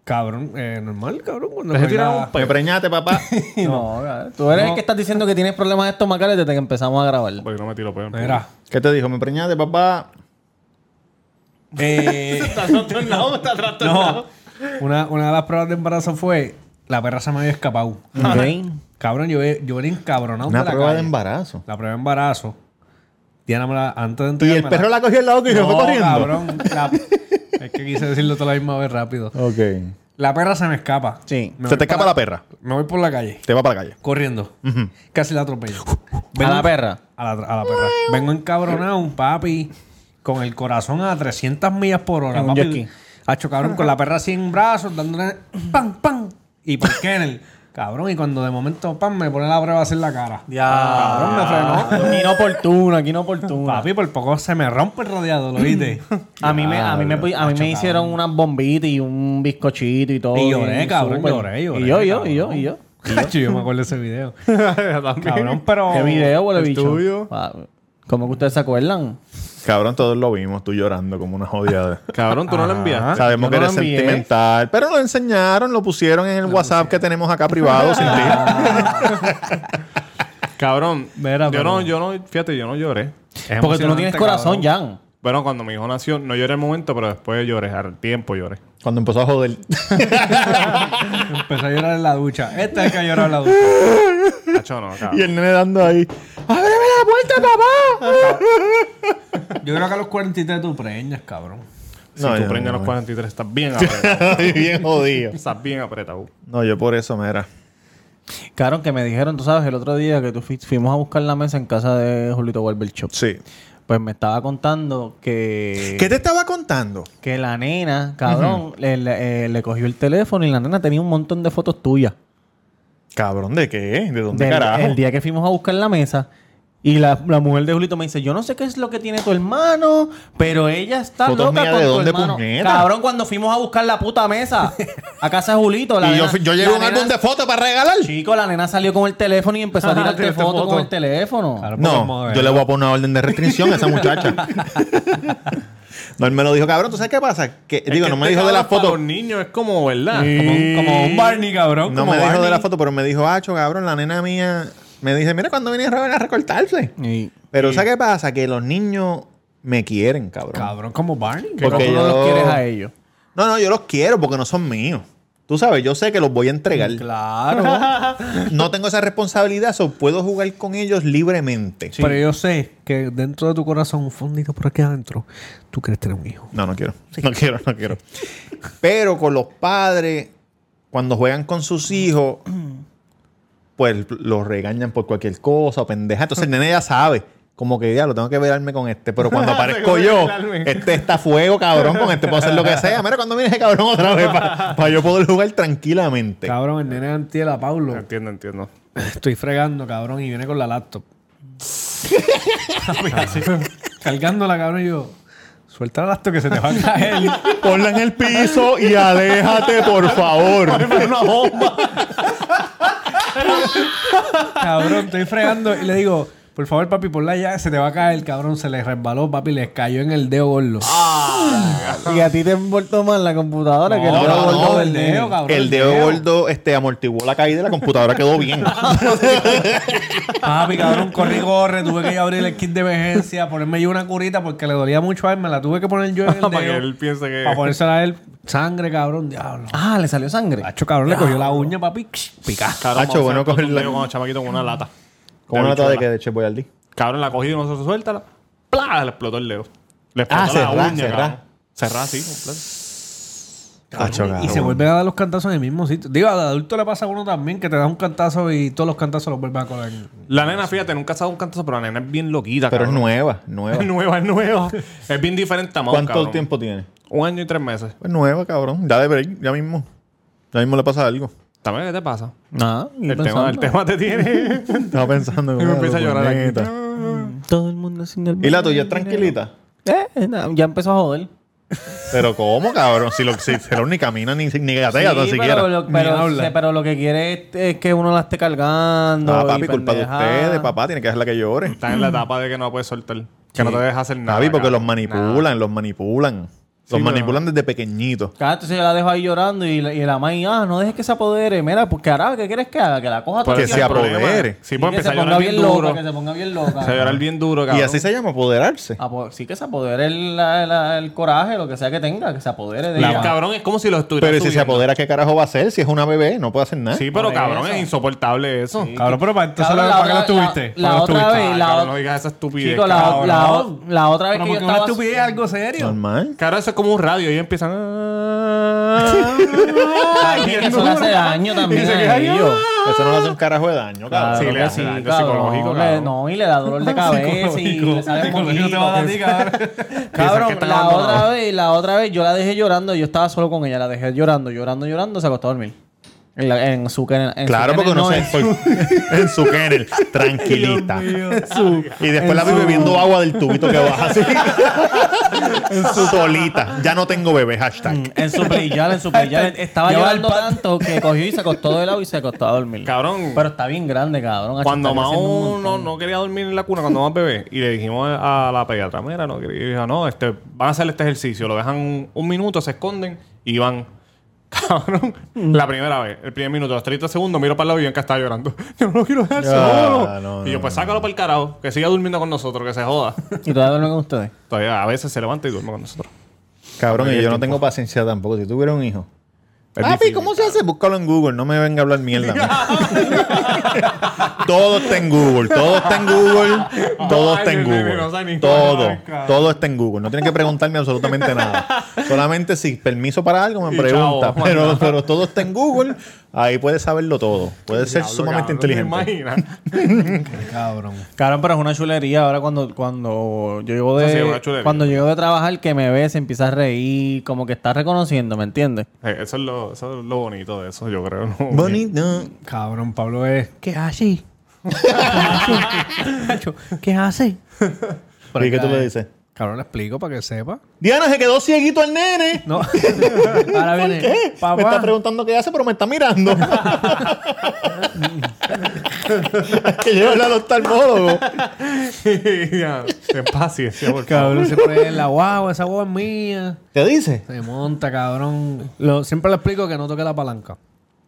Speaker 5: Cabrón, eh, normal, cabrón. cuando
Speaker 4: Te
Speaker 5: no
Speaker 4: he
Speaker 5: hay
Speaker 4: tirado
Speaker 5: nada.
Speaker 4: un pe-
Speaker 2: Me preñaste, papá.
Speaker 3: No, tú eres el que estás diciendo que tienes problemas estomacales desde que empezamos a grabar.
Speaker 4: Porque no me tiro peor.
Speaker 5: Mira,
Speaker 2: ¿Qué te dijo? Me preñaste, papá.
Speaker 4: Está trastornado, está trastornado.
Speaker 5: Eh, una, una de las pruebas de embarazo fue la perra se me había escapado.
Speaker 3: Ok.
Speaker 5: Cabrón, yo, yo era encabronado
Speaker 2: Una
Speaker 5: de la
Speaker 2: prueba de
Speaker 5: calle.
Speaker 2: embarazo.
Speaker 5: La prueba de embarazo. Diana me la, antes de
Speaker 2: Y
Speaker 5: entregarme
Speaker 2: el perro la cogió en la boca y se fue corriendo.
Speaker 5: Cabrón, la- es que quise decirlo toda la misma vez rápido.
Speaker 2: Ok.
Speaker 5: La perra se me escapa.
Speaker 3: Sí.
Speaker 5: Me
Speaker 2: Se
Speaker 5: voy
Speaker 2: te escapa
Speaker 5: para-
Speaker 2: la perra.
Speaker 5: Me voy por la calle,
Speaker 2: Te va para la calle.
Speaker 5: corriendo. Casi la atropello.
Speaker 3: A
Speaker 5: Vengo-
Speaker 3: la perra.
Speaker 5: A la, a la perra. Vengo encabronado, papi, con el corazón a 300 millas por hora,
Speaker 3: En un jet
Speaker 5: papi.
Speaker 3: ski.
Speaker 5: Hacho, cabrón, con la perra así en brazos, dándole pam, pam. Y por Kennel. Cabrón, y cuando de momento, pam, me pone la prueba así en la cara.
Speaker 3: Ah,
Speaker 5: Cabrón, me frenó.
Speaker 3: Aquí no oportuno, aquí no oportuno.
Speaker 5: Ah. Papi, por poco se me rompe el radiador, ¿lo viste?
Speaker 3: A mí me, a mí me, pu- a mí me hicieron unas bombitas y un bizcochito y todo.
Speaker 5: Y lloré,
Speaker 3: bien,
Speaker 5: cabrón,
Speaker 3: súper.
Speaker 5: lloré, lloré,
Speaker 3: Y yo, yo,
Speaker 5: cabrón.
Speaker 3: y yo, y yo.
Speaker 5: Hacho, yo me acuerdo de ese video. Cabrón, pero...
Speaker 3: ¿Qué video, huele
Speaker 4: el
Speaker 3: bicho?
Speaker 4: tuyo.
Speaker 3: Ah, ¿Cómo que ustedes se acuerdan?
Speaker 2: Cabrón, todos lo vimos, tú llorando como una jodida.
Speaker 4: Cabrón, tú Ah, no la enviaste.
Speaker 2: Sabemos
Speaker 3: yo
Speaker 2: que
Speaker 3: no
Speaker 2: eres
Speaker 3: lo envié.
Speaker 2: sentimental, pero lo enseñaron, lo pusieron en el WhatsApp que tenemos acá privado sin ti.
Speaker 4: Cabrón,
Speaker 5: Mira,
Speaker 4: yo
Speaker 5: pero-
Speaker 4: no, yo no, fíjate, yo no lloré.
Speaker 3: Porque tú
Speaker 5: Es
Speaker 3: no
Speaker 5: emocionante,
Speaker 3: tienes corazón,
Speaker 5: cabrón.
Speaker 3: Jan.
Speaker 4: Bueno, cuando mi hijo nació, no lloré el momento, pero después lloré, al tiempo lloré.
Speaker 2: Cuando empezó a joder.
Speaker 5: Empecé a llorar en la ducha. Este es el que lloró en la ducha.
Speaker 4: Cacho, no, cabrón.
Speaker 2: y el nene dando ahí. ¡Ábreme la puerta, papá!
Speaker 5: Yo creo que a los 43 tú preñas, cabrón.
Speaker 4: Si
Speaker 2: No,
Speaker 4: tú
Speaker 2: yo
Speaker 4: prendes
Speaker 2: no,
Speaker 4: los
Speaker 2: no.
Speaker 4: 43, estás bien apretado.
Speaker 2: Ay, bien jodido.
Speaker 4: estás bien apretado.
Speaker 2: No, yo por eso, mira.
Speaker 3: Claro, que me dijeron, tú sabes, el otro día que tú fui- fuimos a buscar la mesa en casa de Julito Barber Shop.
Speaker 2: Sí.
Speaker 3: Pues me estaba contando que...
Speaker 2: ¿Qué te estaba contando?
Speaker 3: Que la nena, cabrón, le, le- eh, le cogió el teléfono y la nena tenía un montón de fotos tuyas.
Speaker 2: Cabrón, ¿de qué? ¿De dónde
Speaker 3: Del-
Speaker 2: carajo?
Speaker 3: El día que fuimos a buscar la mesa. Y la, la mujer de Julito me dice, yo no sé qué es lo que tiene tu hermano, pero ella está
Speaker 2: Fotos
Speaker 3: loca
Speaker 2: mías
Speaker 3: con
Speaker 2: de
Speaker 3: tu
Speaker 2: dónde,
Speaker 3: hermano".
Speaker 2: puñeta.
Speaker 3: Cabrón, cuando fuimos a buscar la puta mesa a casa de Julito. La
Speaker 2: y yo,
Speaker 3: nena-
Speaker 2: fui- yo
Speaker 3: la
Speaker 2: llevo un
Speaker 3: nena-
Speaker 2: álbum de fotos para regalar.
Speaker 3: Chico, la nena salió con el teléfono y empezó a tirarte
Speaker 5: Tírate
Speaker 3: fotos
Speaker 5: foto.
Speaker 3: con el teléfono.
Speaker 5: Claro, porque como
Speaker 2: No,
Speaker 5: de-
Speaker 2: yo le voy a poner una orden de restricción a esa muchacha. no, él me lo dijo, cabrón. ¿Tú sabes qué pasa? Que,
Speaker 4: Es
Speaker 2: digo,
Speaker 4: que
Speaker 2: no me
Speaker 4: este
Speaker 2: dijo de la
Speaker 4: cabrón para
Speaker 2: foto.
Speaker 4: Los niños es como, ¿verdad?
Speaker 5: Como, un- como un Barney, cabrón.
Speaker 2: Mm, No
Speaker 5: como
Speaker 2: me dijo de
Speaker 5: Barney.
Speaker 2: la foto, pero me dijo, Acho, cabrón, la nena mía. Me dice, mira cuando viene Robin a recortarse.
Speaker 3: Y-
Speaker 2: Pero ¿sabes qué pasa? Que los niños me quieren, cabrón.
Speaker 5: Cabrón, como Barney.
Speaker 2: Porque
Speaker 3: Pero tú no
Speaker 2: yo-
Speaker 3: los quieres a ellos.
Speaker 2: No, no, yo los quiero porque no son míos. Tú sabes, yo sé que los voy a entregar.
Speaker 3: Claro.
Speaker 2: No tengo esa responsabilidad, so puedo jugar con ellos libremente.
Speaker 5: Pero yo sé que dentro de tu corazón, un fondito por aquí adentro, tú quieres tener un hijo.
Speaker 2: No, no quiero. No quiero, no quiero. Pero con los padres, cuando juegan con sus hijos, pues los regañan por cualquier cosa o pendeja. Entonces el nene ya sabe. Como que ya lo tengo que velarme con este. Pero cuando aparezco yo, este está a fuego, cabrón, con este puedo hacer lo que sea. Mira, cuando viene ese cabrón otra vez, para yo poder jugar tranquilamente.
Speaker 5: Cabrón, el nene antiel a Paulo.
Speaker 4: Entiendo, entiendo.
Speaker 5: Estoy fregando, cabrón, y viene con la laptop. Cargándola, cabrón, y yo. Suelta la laptop que se te va a caer.
Speaker 2: Ponla en el piso y aléjate, por favor.
Speaker 5: cabrón, estoy fregando. Y le digo, Por favor, papi, ponla ya. Se te va a caer, cabrón. Se le resbaló, papi. Le cayó en el dedo gordo.
Speaker 3: Y a ti te envoltó más la computadora que el
Speaker 2: No,
Speaker 3: dedo
Speaker 2: no,
Speaker 3: gordo
Speaker 2: no,
Speaker 3: del
Speaker 5: el dedo,
Speaker 3: nene.
Speaker 5: cabrón.
Speaker 2: El dedo gordo este, amortiguó la caída y la computadora quedó bien.
Speaker 5: Papi, cabrón, corrí, corre. Tuve que yo abrir el kit de emergencia, ponerme yo una curita porque le dolía mucho a él. Me la tuve que poner yo en el dedo.
Speaker 4: Para que él piense que.
Speaker 5: Para ponérsela a él. Sangre, cabrón, diablo.
Speaker 3: Ah, le salió sangre.
Speaker 5: Hacho, cabrón, le cogió la uña, papi. Pica.
Speaker 4: Cabrón,
Speaker 2: Hacho, bueno,
Speaker 4: con
Speaker 2: cogerla.
Speaker 4: Con chamaquito con una lata.
Speaker 2: ¿Cómo
Speaker 4: De
Speaker 2: no nota de
Speaker 4: bichuela.
Speaker 2: que de Chef Boyardee?
Speaker 4: Cabrón, la cogí y nosotros suéltala. ¡Pla! Le explotó el dedo. Le explotó
Speaker 2: Ah,
Speaker 4: la
Speaker 2: cerrá,
Speaker 4: uña,
Speaker 2: cerrá.
Speaker 4: cabrón. Cerrá, sí, completo.
Speaker 2: Hacho, cabrón.
Speaker 5: Y se vuelven a dar los cantazos en el mismo sitio. Digo, al adulto le pasa a uno también que te da un cantazo y todos los cantazos los vuelven a colar.
Speaker 4: La nena, fíjate, nunca ha dado un cantazo, pero la nena es bien loquita,
Speaker 2: Pero es
Speaker 4: cabrón.
Speaker 2: nueva,
Speaker 4: Es
Speaker 2: nueva.
Speaker 4: nueva, es nueva. Es bien diferente a Mau,
Speaker 2: ¿Cuánto
Speaker 4: cabrón.
Speaker 2: tiempo tiene?
Speaker 4: Un año y tres meses.
Speaker 2: Pues nueva, cabrón. Ya de break, ya mismo. Ya mismo le pasa algo.
Speaker 4: También, ¿qué te pasa?
Speaker 3: Ah,
Speaker 4: El tema, el tema te tiene.
Speaker 2: Estaba pensando en
Speaker 4: Y me empieza a llorar aquí.
Speaker 2: puñeta.
Speaker 3: Todo el mundo sin el
Speaker 2: Y la tuya es tranquilita.
Speaker 3: Eh, no, ya empezó a joder.
Speaker 2: Pero ¿cómo, cabrón? Si, lo, si se lo ni camina ni, ni gatea tan
Speaker 3: Sí,
Speaker 2: siquiera.
Speaker 3: Pero lo, pero,
Speaker 5: Ni habla.
Speaker 3: se- pero lo que quiere es, es que uno la esté cargando.
Speaker 2: Ah,
Speaker 3: y
Speaker 2: papi, culpa de
Speaker 3: pendejada.
Speaker 2: ustedes, papá. Tiene que dejarla que llore.
Speaker 4: Está en la etapa de que no puedes soltar. Que no te dejas hacer nada.
Speaker 2: Papi, porque
Speaker 4: cabrón.
Speaker 2: los manipulan,
Speaker 4: Nada.
Speaker 2: los manipulan. Los
Speaker 4: pero-
Speaker 2: manipulan desde pequeñitos.
Speaker 3: Claro, entonces yo la dejo ahí llorando y la, y la maíz, ah, no dejes que se apodere. Mira, pues que hará, ¿qué quieres que haga? Que la coja todo
Speaker 4: Pues
Speaker 2: Que
Speaker 3: el
Speaker 2: se
Speaker 3: tiempo.
Speaker 2: apodere. apodere.
Speaker 4: Sí, pues
Speaker 3: que
Speaker 4: empezar
Speaker 3: se
Speaker 4: a
Speaker 3: ponga
Speaker 4: llorar
Speaker 3: bien
Speaker 4: bien
Speaker 3: loca,
Speaker 4: duro.
Speaker 3: que
Speaker 4: Se
Speaker 3: se ponga bien loca.
Speaker 4: va a llorar bien duro, cabrón. Ah,
Speaker 2: Y así se llama apoderarse.
Speaker 3: Apo- sí, que se apodere el, la- la- el coraje, lo que sea que tenga, que se apodere de
Speaker 4: Y el
Speaker 3: ella.
Speaker 4: cabrón es como si lo estuviera
Speaker 2: pero ¿y si se
Speaker 4: subiendo.
Speaker 2: apodera, ¿qué carajo va a hacer? Si es una bebé, no puede hacer nada.
Speaker 4: Sí, pero
Speaker 3: Por
Speaker 4: cabrón,
Speaker 3: eso.
Speaker 4: es insoportable eso.
Speaker 5: Cabrón, pero para entonces
Speaker 3: Cabrón,
Speaker 5: ¿para qué
Speaker 3: la
Speaker 5: lo
Speaker 3: otra-
Speaker 5: tuviste?
Speaker 3: la- la
Speaker 5: ¿Para qué lo
Speaker 3: otra
Speaker 5: tuviste?
Speaker 3: vez-
Speaker 4: Ay,
Speaker 3: la
Speaker 4: cabrón,
Speaker 3: o-
Speaker 4: no digas esa estupidez.
Speaker 3: Chico, la,
Speaker 4: cabrón.
Speaker 3: la, la otra vez
Speaker 5: Pero
Speaker 3: que yo
Speaker 5: porque
Speaker 3: estaba...
Speaker 5: una estupidez algo serio.
Speaker 2: Normal.
Speaker 4: Cabrón, eso es como un radio. Y empiezan...
Speaker 3: Ay, que eso le hace daño también
Speaker 4: Y se
Speaker 3: a
Speaker 4: queda ahí,
Speaker 3: ellos.
Speaker 2: Eso no le hace un carajo de daño,
Speaker 3: Claro
Speaker 2: cabrón.
Speaker 4: Sí,
Speaker 3: que
Speaker 4: le hace daño
Speaker 3: cabrón.
Speaker 4: psicológico,
Speaker 3: Le-
Speaker 4: cabrón.
Speaker 3: no, y le da dolor de cabeza y le sale
Speaker 5: Psicológico te va a dar a ti,
Speaker 3: moquillo.
Speaker 5: cabrón.
Speaker 4: Piensan que
Speaker 3: Cabrón,
Speaker 4: están
Speaker 3: la
Speaker 4: abandonados.
Speaker 3: otra vez, la otra vez yo la dejé llorando, yo estaba solo con ella, la dejé llorando, llorando, llorando, se acostó a dormir. En, la- en su en, en
Speaker 2: Claro,
Speaker 3: su
Speaker 2: porque no sé.
Speaker 3: es-
Speaker 2: por- en su kennel. Tranquilita. y después la vi bebiendo agua del tubito que baja así. en su solita. Ya no tengo bebé, hashtag.
Speaker 3: En su playal, en su playal. Estaba
Speaker 5: Lleva
Speaker 3: llorando
Speaker 5: el pat-
Speaker 3: tanto que cogió y se acostó de lado y se acostó a dormir.
Speaker 4: Cabrón.
Speaker 3: Pero está bien grande, cabrón.
Speaker 4: Cuando
Speaker 3: Está Ah, creciendo un
Speaker 4: Mao
Speaker 3: montón.
Speaker 4: no, no quería dormir en la cuna, cuando más bebé, y le dijimos a la pediatra, mira, no, quería". y dijo, no, este, van a hacer este ejercicio, lo dejan un, un minuto, se esconden y van. Cabrón, la primera vez, el primer minuto, los 30 segundos, miro para el lado y Bianca está llorando. Yo no lo quiero
Speaker 2: Ah,
Speaker 4: dejar solo.
Speaker 2: no,
Speaker 4: y yo,
Speaker 2: no,
Speaker 4: pues sácalo para el carajo, que siga durmiendo con nosotros, que se joda.
Speaker 3: ¿Y todavía duerme con ustedes?
Speaker 4: Todavía a veces se levanta y duerme con nosotros.
Speaker 2: Cabrón, y yo no
Speaker 4: tiempo.
Speaker 2: tengo paciencia tampoco. Si tuviera un hijo.
Speaker 4: Es
Speaker 2: Papi,
Speaker 4: difícil,
Speaker 2: ¿cómo se hace? Búscalo en Google, no me venga a hablar mierda. a mí. todo está en Google, todo está en Google, todo
Speaker 4: Ay,
Speaker 2: está en
Speaker 4: el nene, no sabe
Speaker 2: Google.
Speaker 4: ni
Speaker 2: Todo,
Speaker 4: cómo, cabrón.
Speaker 2: todo está en Google. No tienen que preguntarme absolutamente nada. Solamente si permiso para algo me
Speaker 4: Y chao,
Speaker 2: pregunta.
Speaker 4: Juan.
Speaker 2: Pero, pero todo está en Google, ahí puedes saberlo todo. Puedes ser
Speaker 4: Diablo,
Speaker 2: sumamente
Speaker 4: cabrón, ¿te
Speaker 2: inteligente.
Speaker 4: imaginas?
Speaker 5: Cabrón.
Speaker 3: Cabrón, pero es una chulería. Ahora cuando, cuando yo llego
Speaker 4: Eso sí, es
Speaker 3: de
Speaker 4: una chulería.
Speaker 3: cuando llego de trabajar, que me ve, se empieza a reír, como que está reconociendo, ¿me entiendes?
Speaker 4: Eh, Eso es, lo, eso es lo bonito de eso, yo creo. ¿no?
Speaker 2: Bonito.
Speaker 5: Cabrón, Pablo es.
Speaker 3: ¿Qué hace? ¿Qué hace?
Speaker 2: ¿Y qué tú le dices?
Speaker 5: Cabrón, le explico para que sepa.
Speaker 2: Diana se quedó cieguito el nene.
Speaker 5: No. Ahora viene.
Speaker 2: ¿Qué? Me está preguntando qué hace, pero me está mirando. Hay que llevarla al oftalmólogo.
Speaker 4: Ya, Ten paciencia, por favor.
Speaker 5: Cabrón, siempre es la guagua, esa guagua es mía.
Speaker 2: ¿Te dice?
Speaker 5: Se monta, cabrón. Lo- siempre le explico que no toque la palanca.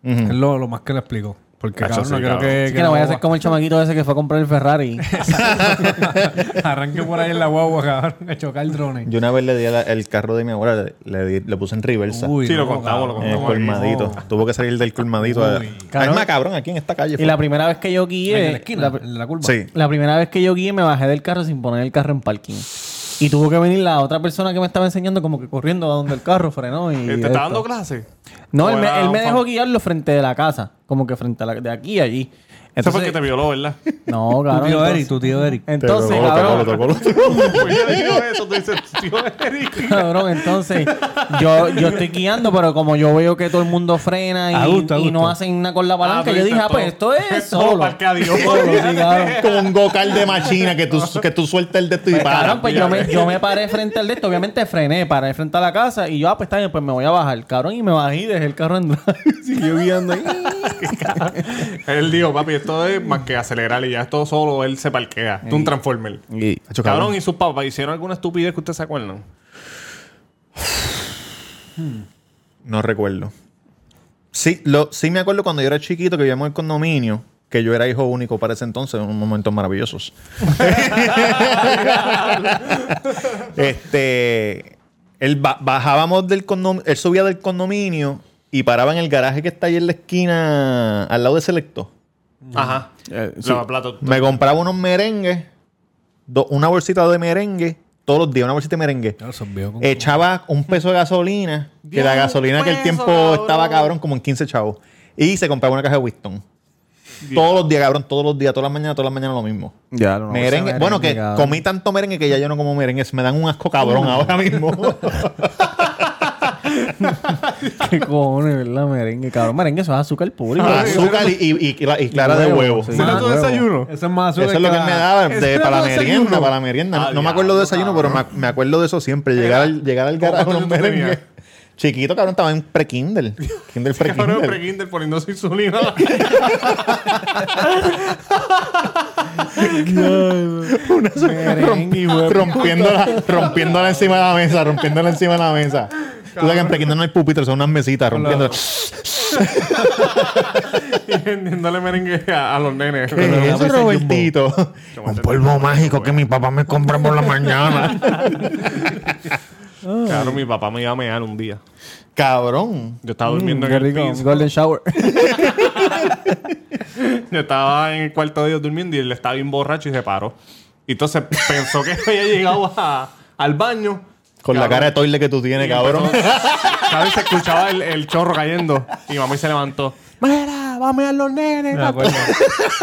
Speaker 5: Es lo, lo más que le explico. Porque,
Speaker 4: Cacho,
Speaker 5: cabrón,
Speaker 4: sí,
Speaker 5: no creo
Speaker 4: cabrón.
Speaker 5: que.
Speaker 3: Es que no vaya a
Speaker 5: la
Speaker 3: ser como el chamaquito ese que fue a comprar el Ferrari.
Speaker 5: guagua- Arranque por ahí en la guagua, cabrón, a chocar drones.
Speaker 2: Yo una vez le di a la- el carro de mi abuela, le, le di- le puse en reversa.
Speaker 4: Sí, lo contamos, lo
Speaker 5: cabrón.
Speaker 2: en el
Speaker 4: no,
Speaker 2: colmadito.
Speaker 5: no.
Speaker 2: Tuvo que salir del colmadito. a- Ah, Es más cabrón, aquí en esta calle.
Speaker 3: y
Speaker 2: fue.
Speaker 3: la primera vez que yo
Speaker 5: En la
Speaker 3: guié,
Speaker 5: esquina,
Speaker 3: la,
Speaker 5: en Eh, la curva.
Speaker 2: Sí.
Speaker 3: la primera vez que yo guié me bajé del carro sin poner el carro en parking. Y tuvo que venir la otra persona que me estaba enseñando como que corriendo a donde el carro frenó y...
Speaker 2: Eh,
Speaker 4: Eh, ¿Te
Speaker 3: esto.
Speaker 4: está dando clase?
Speaker 3: No,
Speaker 4: ¿O
Speaker 3: él
Speaker 4: era
Speaker 3: me, él me
Speaker 4: un
Speaker 3: dejó
Speaker 4: fan?
Speaker 3: guiarlo frente de la casa. Como que frente a la, de aquí a allí.
Speaker 4: Eso fue el que te violó, ¿verdad?
Speaker 3: No,
Speaker 5: Tu
Speaker 3: cabrón.
Speaker 5: tío
Speaker 3: entonces-
Speaker 5: Eric, tu tío Eric.
Speaker 2: Te tocó,
Speaker 3: Entonces,
Speaker 2: te tocó,
Speaker 3: cabrón,
Speaker 2: te tocó, te tocó.
Speaker 4: Pues yo digo eso, tú dices, tío Eric.
Speaker 3: cabrón, entonces yo, yo estoy guiando, pero como yo veo que todo el mundo frena y,
Speaker 5: A gusto, a
Speaker 3: y no
Speaker 5: gusto.
Speaker 3: hacen nada con la palanca,
Speaker 4: Ah, tú
Speaker 3: yo
Speaker 4: dices,
Speaker 3: dije, ah,
Speaker 4: todo-
Speaker 3: pues esto es
Speaker 4: todo
Speaker 3: solo.
Speaker 4: parqueadillo.
Speaker 3: Solo, sí, cabrón.
Speaker 2: Como un gocal de machina que tú, que tú sueltas el de tu y
Speaker 3: Cabrón,
Speaker 2: para.
Speaker 3: pues yo me, yo me paré frente al de esto, obviamente frené, paré frente a la casa y yo, ah, pues está bien, pues me voy a bajar, cabrón, y me bajé y dejé el carro en drive. Siguió guiando ahí.
Speaker 4: Él dijo, papi, esto es más que acelerar y ya esto solo él se parquea. Tú un transformer.
Speaker 2: Y- Hacho,
Speaker 4: cabrón.
Speaker 2: cabrón.
Speaker 4: y sus papás hicieron alguna estupidez que ustedes se acuerdan.
Speaker 2: No recuerdo. Sí, lo, sí me acuerdo cuando yo era chiquito que vivíamos en el condominio, que yo era hijo único para ese entonces, unos momentos maravillosos. este, él ba- bajábamos del condominio, él subía del condominio y paraba en el garaje que está ahí en la esquina, al lado de Selecto.
Speaker 4: Ajá.
Speaker 1: Eh, sí.
Speaker 4: Lavaplatos.
Speaker 2: Me compraba unos merengues, do- una bolsita de merengue, todos los días, una bolsita de merengue.
Speaker 5: Claro, son viejos con-
Speaker 2: Echaba un peso de gasolina, que la
Speaker 4: Diez
Speaker 2: gasolina que el
Speaker 4: pesos,
Speaker 2: tiempo
Speaker 4: cabrón.
Speaker 2: estaba cabrón como en 15 chavos. Y se compraba una caja de Winston. Todos los días, cabrón, todos los días, todas las mañanas, todas las mañanas lo mismo.
Speaker 3: Ya, no, no,
Speaker 2: merengue.
Speaker 3: ese
Speaker 2: Bueno, que
Speaker 3: cabrón.
Speaker 2: comí tanto merengue que ya yo no como merengue. Se Me dan un asco cabrón ahora mismo.
Speaker 3: Qué cojones, ¿verdad? Merengue, cabrón. Merengue, eso es azúcar puro.
Speaker 2: Ah, Azúcar y, y- y cla- y clara de
Speaker 3: Huevo,
Speaker 2: huevo.
Speaker 3: sí.
Speaker 2: Eso
Speaker 3: Más
Speaker 5: Más
Speaker 3: tu
Speaker 5: huevo.
Speaker 3: desayuno.
Speaker 5: Eso es más azúcar
Speaker 2: es lo que él
Speaker 5: la-
Speaker 2: me daba de-
Speaker 4: Ese era
Speaker 2: para la
Speaker 4: tu desayuno.
Speaker 2: merienda, para la merienda. No,
Speaker 4: Ah,
Speaker 2: no me acuerdo de desayuno,
Speaker 4: diablo,
Speaker 2: pero me, me acuerdo de eso siempre. Llegar al, llegar al
Speaker 4: ¿Cómo
Speaker 2: garaje
Speaker 4: tú
Speaker 2: con un
Speaker 4: tenías?
Speaker 2: merengue. Chiquito, cabrón, estaba en pre-Kindle. Kindle
Speaker 4: Cabrón,
Speaker 2: pre-Kindle.
Speaker 4: pre-Kinder poniéndose insulina.
Speaker 3: Merengue, huevo.
Speaker 2: rompiéndola, rompiéndola encima de la mesa, rompiéndola encima de la mesa. Tú sabes que en Prequindo no hay pupitres, son unas mesitas rompiéndola.
Speaker 4: y vendiéndole merengue a, a los nenes.
Speaker 2: ¿Qué es eso, Robertito?
Speaker 4: Jumbo.
Speaker 2: Un polvo mágico que mi papá me compra por la mañana.
Speaker 4: Claro, mi papá me iba a mear un día.
Speaker 2: Cabrón.
Speaker 4: Yo estaba durmiendo
Speaker 3: Mm, Qué
Speaker 4: en el
Speaker 3: rico. un
Speaker 4: piso.
Speaker 3: Golden shower.
Speaker 4: Yo estaba en el cuarto de ellos durmiendo y él estaba bien borracho y se paró. Y entonces pensó que había llegado a- al baño.
Speaker 2: Con la cara de toile que tú tienes, cabrón.
Speaker 4: ¿Sabes? Se escuchaba el, el chorro cayendo. Y mamá se levantó. Mira, va a mear los nenes.
Speaker 5: Me acuerdo.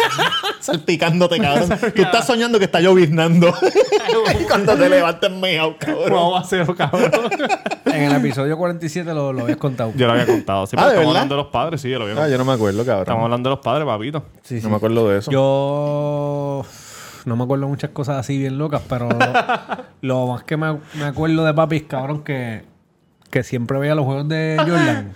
Speaker 2: Salpicándote, cabrón. Tú estás soñando que está lloviznando. y cuando te levantas, meao, cabrón.
Speaker 4: Vamos a hacerlo, cabrón.
Speaker 5: En el episodio 47 lo, lo habías contado.
Speaker 4: Yo lo había contado. Sí,
Speaker 2: Ah,
Speaker 4: pero
Speaker 2: ¿de
Speaker 4: estamos
Speaker 2: verdad?
Speaker 4: hablando de los padres. Sí, yo lo había
Speaker 2: Ah,
Speaker 4: contado.
Speaker 2: yo no me acuerdo,
Speaker 4: Estamos
Speaker 2: cabrón.
Speaker 4: hablando de los padres, papito.
Speaker 5: Sí,
Speaker 2: No
Speaker 5: sí.
Speaker 2: me acuerdo de eso.
Speaker 5: Yo no me acuerdo muchas cosas así bien locas, pero lo, lo más que me, me acuerdo de papi es cabrón que, que siempre veía los juegos de Jordan.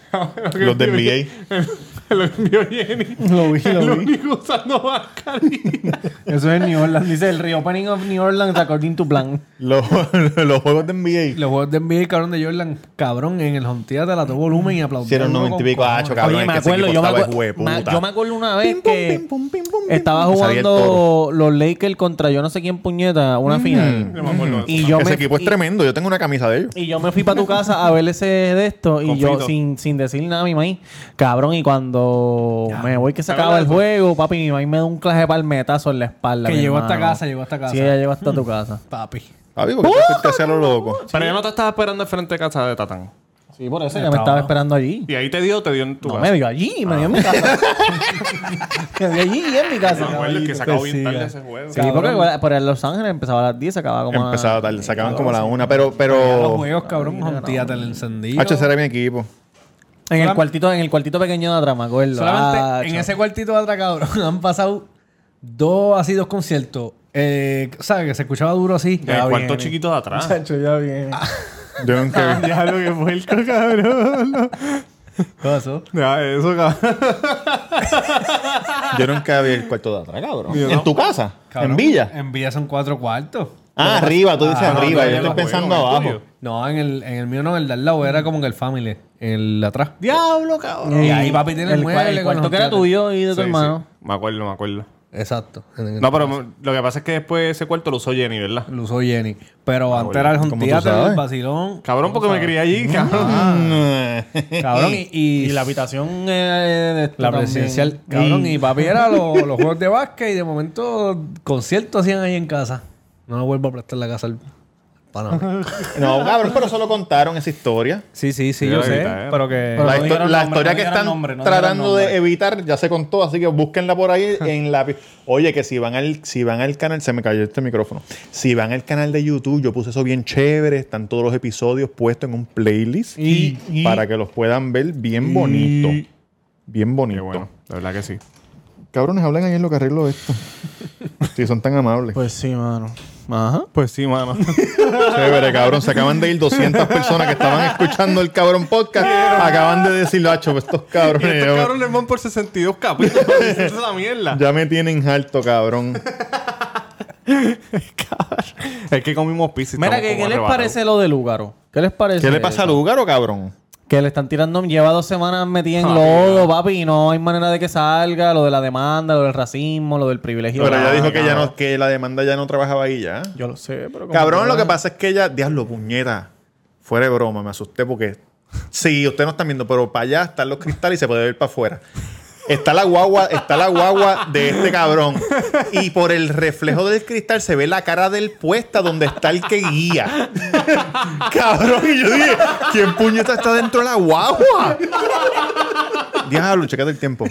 Speaker 2: Los de NBA.
Speaker 4: lo envió Jenny.
Speaker 3: Lo vi,
Speaker 4: Lo
Speaker 3: lo vi.
Speaker 4: único usando mascarilla.
Speaker 3: Eso es New Orleans. Dice el reopening of New Orleans according to plan.
Speaker 2: Los, los juegos de NBA.
Speaker 5: Los juegos de NBA, cabrón, de Jordan, cabrón, en el Home Theater a todo volumen y aplaudieron.
Speaker 2: Hicieron 90 y pico. Ah, cho, cabrón.
Speaker 3: Oye,
Speaker 2: es
Speaker 3: me
Speaker 2: que ese
Speaker 3: acuerdo,
Speaker 2: equipo
Speaker 3: yo me,
Speaker 2: estaba
Speaker 3: acu-
Speaker 2: de
Speaker 3: me-
Speaker 2: jueputa.
Speaker 3: yo me acuerdo una vez que
Speaker 2: pim, pum, pim, pum, pim,
Speaker 3: estaba
Speaker 2: pum. Me salía el toro.
Speaker 3: jugando los Lakers contra yo no sé quién puñeta, una
Speaker 5: Mm.
Speaker 3: final.
Speaker 4: Yo me acuerdo de
Speaker 3: Y
Speaker 4: eso.
Speaker 3: yo
Speaker 2: Ese
Speaker 3: me,
Speaker 2: equipo es
Speaker 3: y-
Speaker 2: tremendo. Yo tengo una camisa de ellos.
Speaker 3: Y yo me fui para tu casa a ver ese de esto y yo
Speaker 4: Conflicto.
Speaker 3: sin, sin decir nada a mi maíz. Cabrón, y cuando me voy que se acaba el juego, papi, mi maíz me da un clase de palmetazo en la espalda.
Speaker 5: Que
Speaker 3: mi
Speaker 5: llegó hasta
Speaker 3: hermano.
Speaker 5: casa, llegó hasta casa.
Speaker 3: Sí, ella llegó hasta tu casa.
Speaker 5: Papi.
Speaker 2: Papi, porque tú fuiste a hacer este lo loco.
Speaker 4: Pero yo no te estaba esperando al frente de casa de Tatán.
Speaker 3: Sí, por eso ella me estaba esperando allí.
Speaker 4: Y ahí te dio, te dio en tu
Speaker 3: No,
Speaker 4: casa. Ah,
Speaker 3: me dio allí, me dio en mi casa. me dio allí en mi casa.
Speaker 4: No me acuerdo, es que se acabó bien tarde ese juego.
Speaker 3: Sí, porque por el Los Ángeles empezaba a las 10, se acababa como a-
Speaker 2: Empezaba tarde, se acaban como a la una, pero,
Speaker 5: Los
Speaker 2: pero
Speaker 5: juegos, cabrón, Home Theater encendido.
Speaker 2: H ese era mi equipo.
Speaker 3: En el
Speaker 5: Solam-
Speaker 3: cuartito, en el cuartito pequeño de atrás, me acuerdo.
Speaker 5: Solamente
Speaker 3: Ah,
Speaker 5: en
Speaker 3: chao.
Speaker 5: ese cuartito de atrás, cabrón, han pasado dos, así dos conciertos. Eh, ¿Sabes? Que se escuchaba duro así.
Speaker 4: En el cuarto chiquito de atrás.
Speaker 3: Chacho, ya bien.
Speaker 2: Yo nunca
Speaker 4: Ya lo que fue el cabrón.
Speaker 5: Coso.
Speaker 4: Ya, eso, cabrón.
Speaker 2: vi, yo nunca vi el cuarto de atrás, cabrón.
Speaker 4: Yo
Speaker 2: En
Speaker 4: no.
Speaker 2: tu casa,
Speaker 5: Cabrón,
Speaker 2: en Villa.
Speaker 5: En Villa son cuatro cuartos.
Speaker 2: Ah, arriba, tú dices
Speaker 5: Ah,
Speaker 2: arriba, yo
Speaker 4: no, no,
Speaker 2: estoy
Speaker 4: no,
Speaker 2: pensando
Speaker 4: no, no,
Speaker 2: abajo.
Speaker 4: no.
Speaker 5: No, en el, en el mío no, en el de al lado era como en el family, en el de atrás.
Speaker 2: Diablo, cabrón.
Speaker 5: Y ahí papi tiene el
Speaker 3: el, cua-
Speaker 5: mueble
Speaker 3: el
Speaker 5: con
Speaker 3: cuarto
Speaker 5: los
Speaker 3: que era
Speaker 5: teatros.
Speaker 3: tuyo y de tu
Speaker 4: Sí,
Speaker 3: hermano.
Speaker 4: sí. Me acuerdo, me acuerdo.
Speaker 5: Exacto.
Speaker 4: No, pero me- lo que pasa es que después ese cuarto lo usó Jenny, ¿verdad?
Speaker 5: Lo usó Jenny. Pero antes era el home
Speaker 2: ¿cómo tú
Speaker 5: theater, el
Speaker 2: sabes?
Speaker 5: vacilón.
Speaker 4: Cabrón, porque me
Speaker 5: Ah.
Speaker 4: crié allí, cabrón.
Speaker 3: Ah.
Speaker 5: Cabrón, y, y-
Speaker 3: Y la habitación eh, de esto
Speaker 5: la
Speaker 3: también.
Speaker 5: presidencial. Cabrón, y papi era lo- los juegos de básquet y de momento conciertos hacían ahí en casa. No me vuelvo a prestar la casa al Panamá.
Speaker 2: No, cabrón, pero solo contaron esa historia.
Speaker 5: Sí, sí, sí,
Speaker 4: Yo
Speaker 5: yo
Speaker 4: era
Speaker 5: sé.
Speaker 4: guitarrero.
Speaker 5: Pero que.
Speaker 3: Pero
Speaker 2: Eh, la
Speaker 3: no
Speaker 2: histo-
Speaker 3: dijeron
Speaker 2: la
Speaker 3: nombre,
Speaker 2: historia
Speaker 3: no
Speaker 2: que
Speaker 3: dijeron
Speaker 2: están
Speaker 3: nombre, no dijeron
Speaker 2: tratando de
Speaker 3: nombre.
Speaker 2: evitar ya se contó, así que búsquenla por ahí en la... pi- Oye, que si van al si van al canal, se me cayó este micrófono. Si van al canal de YouTube, yo puse eso bien chévere, están todos los episodios puestos en un playlist
Speaker 3: Y- y-
Speaker 2: para que los puedan ver bien bonito. Bien
Speaker 4: Qué
Speaker 2: bonito.
Speaker 4: bueno, la verdad que sí.
Speaker 2: Cabrones, hablan ahí en lo que arreglo esto. si son tan amables.
Speaker 3: Pues sí, mano. Ajá.
Speaker 4: Pues sí, mano.
Speaker 2: Pues, Chévere, cabrón. Se acaban de ir 200 personas que estaban escuchando el cabrón podcast. Acaban de decirlo, hacho, pues estos
Speaker 4: Y
Speaker 2: cabrones.
Speaker 4: estos
Speaker 2: yo-
Speaker 4: cabrones Este van por 62 capítulos. Esa es la mierda.
Speaker 2: Ya me tienen harto, cabrón.
Speaker 4: Es que comimos pizza. y
Speaker 3: Mira,
Speaker 4: estamos
Speaker 3: ¿qué,
Speaker 4: como
Speaker 3: ¿qué les
Speaker 4: arrebatados.
Speaker 3: parece lo de Lugaro? ¿Qué les parece?
Speaker 2: ¿Qué le pasa a
Speaker 3: eso?
Speaker 2: Lugaro, cabrón?
Speaker 3: Que le están tirando, lleva dos semanas metida en
Speaker 4: Papi,
Speaker 3: lodo, papi, y no hay manera de que salga. Lo de la demanda, lo del racismo, lo del privilegio.
Speaker 2: Pero ella
Speaker 3: blanco.
Speaker 2: dijo que ya no, que la demanda ya no trabajaba ahí ya.
Speaker 3: Yo lo sé, pero. como
Speaker 2: Cabrón, lo que
Speaker 3: quiera.
Speaker 2: pasa es que ella, diablo, puñeta. Fuera de broma, me asusté porque. Sí, ustedes no están viendo, pero para allá están los cristales y se puede ver para afuera. Está la guagua, está la guagua de este cabrón. Y por el reflejo del cristal se ve la cara del puesta donde está el que guía. cabrón, y yo dije, ¿quién puñeta está dentro de la guagua? Diablo, checate el tiempo.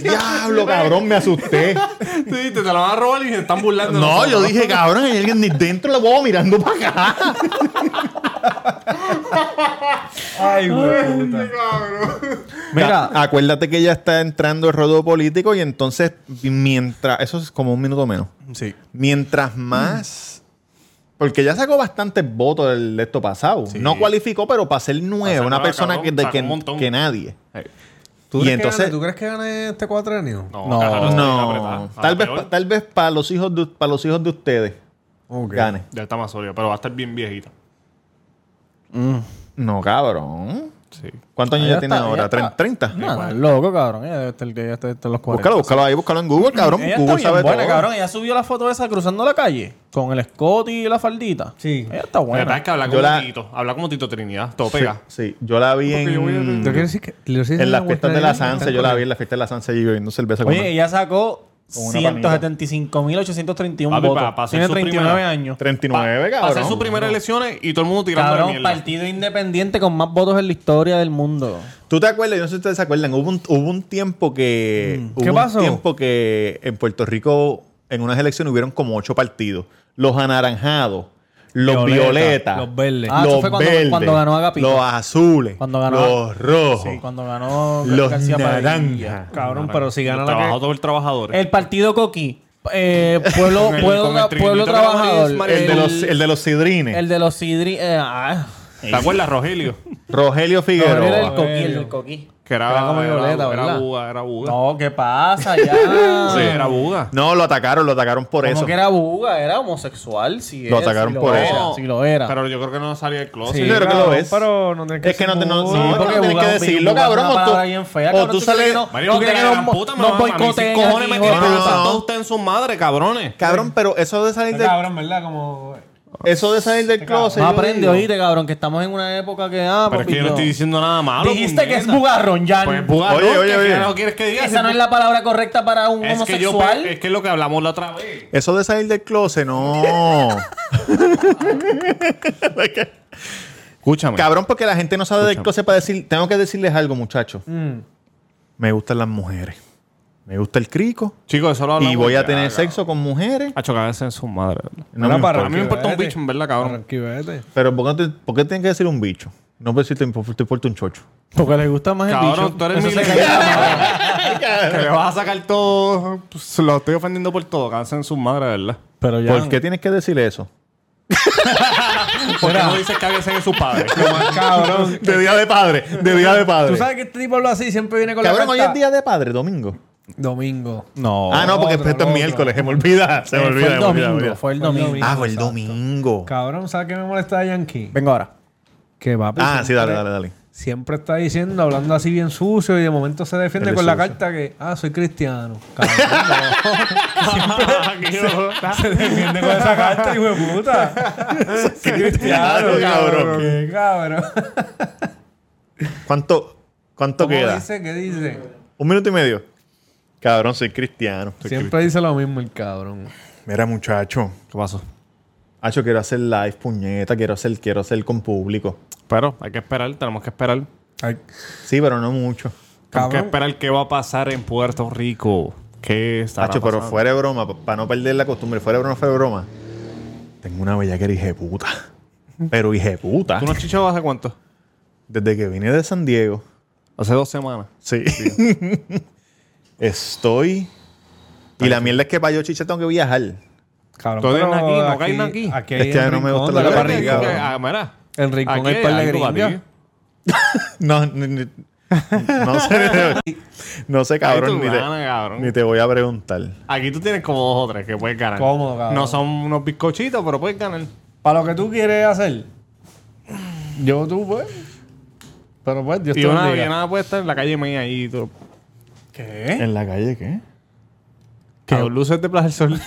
Speaker 2: Diablo, cabrón, me asusté.
Speaker 4: Tú dijiste, te la van a robar y se están burlando. de
Speaker 2: No,
Speaker 4: nosotros.
Speaker 2: yo dije, cabrón, hay alguien ni dentro de la guagua mirando para acá.
Speaker 5: Ay, güey. puta.
Speaker 3: Mira.
Speaker 2: Ca- acuérdate que ya está entrando el rodeo político y entonces mientras, eso es como un minuto menos,
Speaker 3: Sí.
Speaker 2: mientras más, porque ya sacó bastantes votos del de esto pasado, no cualificó, pero para ser nueve,
Speaker 4: ser
Speaker 2: una
Speaker 4: nueva,
Speaker 2: persona
Speaker 4: cabrón,
Speaker 2: que, de
Speaker 4: sacó un
Speaker 2: que,
Speaker 4: montón.
Speaker 2: que nadie.
Speaker 5: ¿Tú,
Speaker 2: Y
Speaker 5: crees
Speaker 2: entonces-
Speaker 5: que gane, ¿Tú crees que gane este cuatrenio?
Speaker 4: No,
Speaker 3: No.
Speaker 4: cabrón, está bien apretada.
Speaker 2: No,
Speaker 4: Está
Speaker 2: tal vez,
Speaker 4: peor.
Speaker 2: pa- tal vez para los hijos de, para los hijos de ustedes
Speaker 5: Ok.
Speaker 2: gane.
Speaker 4: Ya está más sólida, pero va a estar bien viejita.
Speaker 2: No, cabrón.
Speaker 4: Sí.
Speaker 2: ¿Cuántos años
Speaker 3: Ella
Speaker 2: ya tiene
Speaker 3: está-
Speaker 2: ahora?
Speaker 3: ella está-
Speaker 2: ¿Tre- ¿30?
Speaker 5: Ah,
Speaker 3: Nada, loco, cabrón. Ella debe estar, ella debe estar en los 40.
Speaker 2: Búscalo, búscalo ahí, búscalo en Google, cabrón.
Speaker 3: Ella está
Speaker 2: Google
Speaker 3: bien
Speaker 2: sabe
Speaker 3: buena,
Speaker 2: todo.
Speaker 3: cabrón. Ella subió la foto esa cruzando la calle con el escote y la faldita.
Speaker 5: Sí.
Speaker 3: Ella está
Speaker 4: La verdad
Speaker 3: buena.
Speaker 4: es que habla
Speaker 2: Yo
Speaker 4: como
Speaker 2: la-
Speaker 4: Tito. Habla como Tito Trinidad. Todo
Speaker 2: Sí,
Speaker 4: pega.
Speaker 2: Sí, yo la vi
Speaker 4: Porque yo voy a-
Speaker 2: en...
Speaker 5: Yo quiero decir que- yo quiero decir
Speaker 2: Mm. En las
Speaker 5: que
Speaker 2: fiestas de la
Speaker 5: cuatrenial-
Speaker 2: Sanse, yo la vi en las fiestas de la Sanse y bebiendo cerveza con
Speaker 3: Oye, ella sacó
Speaker 2: Con una panita.
Speaker 3: 175.831
Speaker 4: Papi,
Speaker 3: votos.
Speaker 4: pa- pa' ser
Speaker 3: Tiene
Speaker 4: su
Speaker 3: 39
Speaker 4: primera.
Speaker 3: años.
Speaker 2: 39,
Speaker 4: Pa-
Speaker 2: cabrón.
Speaker 4: Hacer sus primeras elecciones y todo el mundo tirando la
Speaker 3: Cabrón,
Speaker 4: mierda.
Speaker 3: partido independiente con más votos en la historia del mundo.
Speaker 2: ¿Tú te acuerdas? Yo no sé si ustedes se acuerdan. Hubo un, hubo un tiempo que...
Speaker 3: Mm,
Speaker 2: hubo
Speaker 5: ¿Qué pasó?
Speaker 2: un tiempo que en Puerto Rico, en unas elecciones, hubieron como ocho partidos. Los anaranjados, los
Speaker 5: Violeta,
Speaker 2: violetas,
Speaker 5: los verdes.
Speaker 3: Ah, eso
Speaker 2: los
Speaker 3: fue cuando-
Speaker 2: verdes,
Speaker 3: cuando ganó Agapito.
Speaker 2: los azules,
Speaker 3: Cuando ganó-
Speaker 2: los rojos,
Speaker 3: Sí, cuando ganó
Speaker 2: los
Speaker 3: García Padilla.
Speaker 2: naranjas.
Speaker 5: Cabrón, pero si gana la
Speaker 4: Trabajado
Speaker 5: que...
Speaker 4: todo el trabajador.
Speaker 3: El partido Coqui. Eh, pueblo
Speaker 4: Con el-
Speaker 3: pueblo,
Speaker 4: con el trinito
Speaker 3: pueblo
Speaker 4: que
Speaker 3: trabajador.
Speaker 4: Mauricio-
Speaker 2: El, de los, el de los sidrines.
Speaker 3: el de los sidri. eh, ah.
Speaker 4: ¿Te acuerdas, Rogelio?
Speaker 2: Rogelio
Speaker 3: Pero
Speaker 2: Figueroa.
Speaker 3: era el coquí, el del coquí.
Speaker 4: Que era,
Speaker 3: como Violeta,
Speaker 4: era,
Speaker 3: ¿verdad?
Speaker 4: buga, era buga.
Speaker 3: No, ¿qué pasa? Ya.
Speaker 4: Sí, era buga.
Speaker 2: No, lo atacaron, lo atacaron por
Speaker 3: Como
Speaker 2: eso.
Speaker 3: que era buga, era homosexual, sí.
Speaker 2: Lo
Speaker 3: es,
Speaker 2: atacaron
Speaker 3: sí
Speaker 2: por
Speaker 3: lo
Speaker 2: eso.
Speaker 3: Era, sí lo era.
Speaker 4: Pero yo creo que no salía del closet.
Speaker 2: Sí, pero que lo
Speaker 5: cabrón,
Speaker 2: ves.
Speaker 5: Pero no tienes que
Speaker 2: Es que no te- no-
Speaker 5: decir-
Speaker 2: no,
Speaker 3: Sí, porque
Speaker 2: tienes
Speaker 3: buga
Speaker 2: que
Speaker 3: es un-
Speaker 2: decirlo,
Speaker 3: buga es una
Speaker 2: cabrón, o tú-
Speaker 3: palabra bien fea,
Speaker 2: o
Speaker 3: cabrón,
Speaker 2: tú sales-
Speaker 3: crees que no-
Speaker 4: Marico,
Speaker 3: tú crees
Speaker 4: que
Speaker 3: que
Speaker 4: la
Speaker 3: no-
Speaker 4: gran puta me
Speaker 3: no
Speaker 4: va- a mí
Speaker 3: boicoteen
Speaker 4: sin cojones
Speaker 3: aquí,
Speaker 4: me
Speaker 3: hijo
Speaker 4: tiene
Speaker 3: de
Speaker 4: que
Speaker 2: puta.
Speaker 4: usar todos ustedes en sus madres, cabrones.
Speaker 2: Cabrón, pero eso de salir
Speaker 5: Está
Speaker 2: del,
Speaker 5: Cabrón, ¿verdad? Como...
Speaker 2: eso de salir del closet.
Speaker 3: No
Speaker 2: yo
Speaker 3: aprende,
Speaker 2: digo.
Speaker 3: oíste, cabrón, que estamos en una época que. Ah,
Speaker 4: Pero es
Speaker 3: papi,
Speaker 4: que yo no estoy diciendo nada malo.
Speaker 3: Dijiste que es
Speaker 4: puñeta.
Speaker 3: bugarrón, ya.
Speaker 4: Pues buga.
Speaker 2: Oye,
Speaker 4: no,
Speaker 2: oye,
Speaker 4: ¿qué
Speaker 2: oye.
Speaker 4: carajo quieres que diga?
Speaker 3: Esa no es la palabra correcta para un
Speaker 4: Es que yo
Speaker 3: homosexual.
Speaker 4: es que es lo que hablamos la otra vez.
Speaker 2: Eso de salir del closet, no.
Speaker 4: Escúchame.
Speaker 2: Cabrón, porque la gente no sale del closet para decir, tengo que decirles algo, muchachos. Me gustan las mujeres. Me gusta el crico.
Speaker 4: Chicos, eso lo hablamos.
Speaker 2: Y voy a
Speaker 4: ya,
Speaker 2: tener
Speaker 4: cabrón.
Speaker 2: sexo con mujeres.
Speaker 4: A chocarse en sus madres.
Speaker 2: No
Speaker 5: Era
Speaker 2: me
Speaker 5: para
Speaker 2: importa.
Speaker 4: A mí me importa un
Speaker 5: Vete.
Speaker 4: bicho, en verdad, cabrón.
Speaker 5: Arquivete.
Speaker 2: Pero ¿por qué, no te- por qué tienen que decir un bicho? No puedo decir te impo- te importa un chocho.
Speaker 3: Porque le gusta más
Speaker 4: Cabrón, tú eres
Speaker 3: Eso
Speaker 4: mi
Speaker 3: se
Speaker 4: leyenda,
Speaker 3: cayó.
Speaker 4: Que le vas a sacar todo. Pues, lo estoy ofendiendo por todo. Cáganse en sus madres, ¿verdad?
Speaker 3: Pero ya.
Speaker 2: ¿Por qué tienes que decir eso?
Speaker 4: ¿Por qué no dices cáguense en sus padres?
Speaker 5: Cabrón.
Speaker 2: De día de padre, de día de padre.
Speaker 5: Tú sabes que este tipo lo así siempre viene con
Speaker 2: Cabrón,
Speaker 5: la
Speaker 2: hoy
Speaker 5: carta.
Speaker 2: es día de padre, domingo.
Speaker 5: Domingo.
Speaker 3: No.
Speaker 2: ah, no, porque
Speaker 5: otro,
Speaker 2: esto
Speaker 5: otro.
Speaker 2: es miércoles, se me olvida, se me
Speaker 3: Eh,
Speaker 2: olvida,
Speaker 3: fue el
Speaker 2: se me olvida, me
Speaker 3: domingo.
Speaker 2: olvida.
Speaker 3: Fue el domingo.
Speaker 2: Ah, fue el
Speaker 5: Exacto.
Speaker 2: domingo.
Speaker 5: Cabrón, ¿sabes qué me molesta de Yankee?
Speaker 3: Vengo ahora.
Speaker 5: Que va
Speaker 2: Ah, sí, dale, dale, dale.
Speaker 5: Siempre está diciendo, hablando así bien sucio y de momento se defiende
Speaker 2: Él es
Speaker 5: con la
Speaker 2: sucio.
Speaker 5: carta que, ah, soy cristiano. Cabrón, se defiende con esa carta, hijo de puta. soy cristiano,
Speaker 2: cristiano,
Speaker 5: cabrón.
Speaker 2: cabrón.
Speaker 5: Qué cabrón.
Speaker 2: ¿Cuánto, cuánto
Speaker 5: ¿Cómo
Speaker 2: queda?
Speaker 5: dice? ¿Qué dice?
Speaker 2: Un minuto y medio. Cabrón, soy cristiano. soy
Speaker 5: Siempre dice lo mismo el cabrón.
Speaker 2: cri- Mira, muchacho.
Speaker 4: ¿Qué pasó?
Speaker 2: Hacho, quiero hacer live, puñeta, quiero hacer, quiero hacer con público.
Speaker 4: Pero hay que esperar, tenemos que esperar.
Speaker 5: Ay,
Speaker 2: Sí, pero no mucho.
Speaker 4: Tenemos que
Speaker 5: Cabrón.
Speaker 4: esperar qué va a pasar en Puerto Rico. ¿Qué está
Speaker 2: Hacho, pero fuera de broma, para no perder la costumbre, fuera de broma, fuera de broma. Tengo una bellaquera hijeputa. Pero hijeputa.
Speaker 4: ¿Tú no has chichado hace cuánto?
Speaker 2: Desde que vine de San Diego.
Speaker 4: Hace dos semanas.
Speaker 2: Sí. Estoy. Y la mierda es que para yo chicha tengo que viajar.
Speaker 5: Cabrón,
Speaker 4: Todo
Speaker 5: pero
Speaker 4: en aquí, no caen aquí.
Speaker 5: Aquí
Speaker 2: Este
Speaker 5: hay
Speaker 2: año no me gusta
Speaker 5: rincón
Speaker 2: la
Speaker 5: de la
Speaker 2: verdad.
Speaker 5: barriga.
Speaker 2: cabrón.
Speaker 4: Ah, mira.
Speaker 5: En Rincón
Speaker 4: Aquí
Speaker 5: hay par de
Speaker 4: algo para
Speaker 5: gringas.
Speaker 4: ti.
Speaker 2: No, ni- ni- no sé, no sé,
Speaker 4: Ay,
Speaker 2: cabrón,
Speaker 4: tu
Speaker 2: ni te,
Speaker 4: gana, cabrón.
Speaker 2: ni te voy a preguntar.
Speaker 4: Aquí tú tienes como dos o tres que puedes ganar.
Speaker 5: Cómodo, cabrón.
Speaker 4: No son unos bizcochitos, pero puedes ganar.
Speaker 5: Para lo que tú quieres hacer. Yo tú, pues. Pero pues, Dios
Speaker 4: Y
Speaker 5: te
Speaker 4: una
Speaker 5: bendiga.
Speaker 4: nada puede estar en la calle mía ahí. Tú,
Speaker 5: ¿Qué?
Speaker 1: ¿En la calle qué?
Speaker 4: que los luces de Plaza del Sol.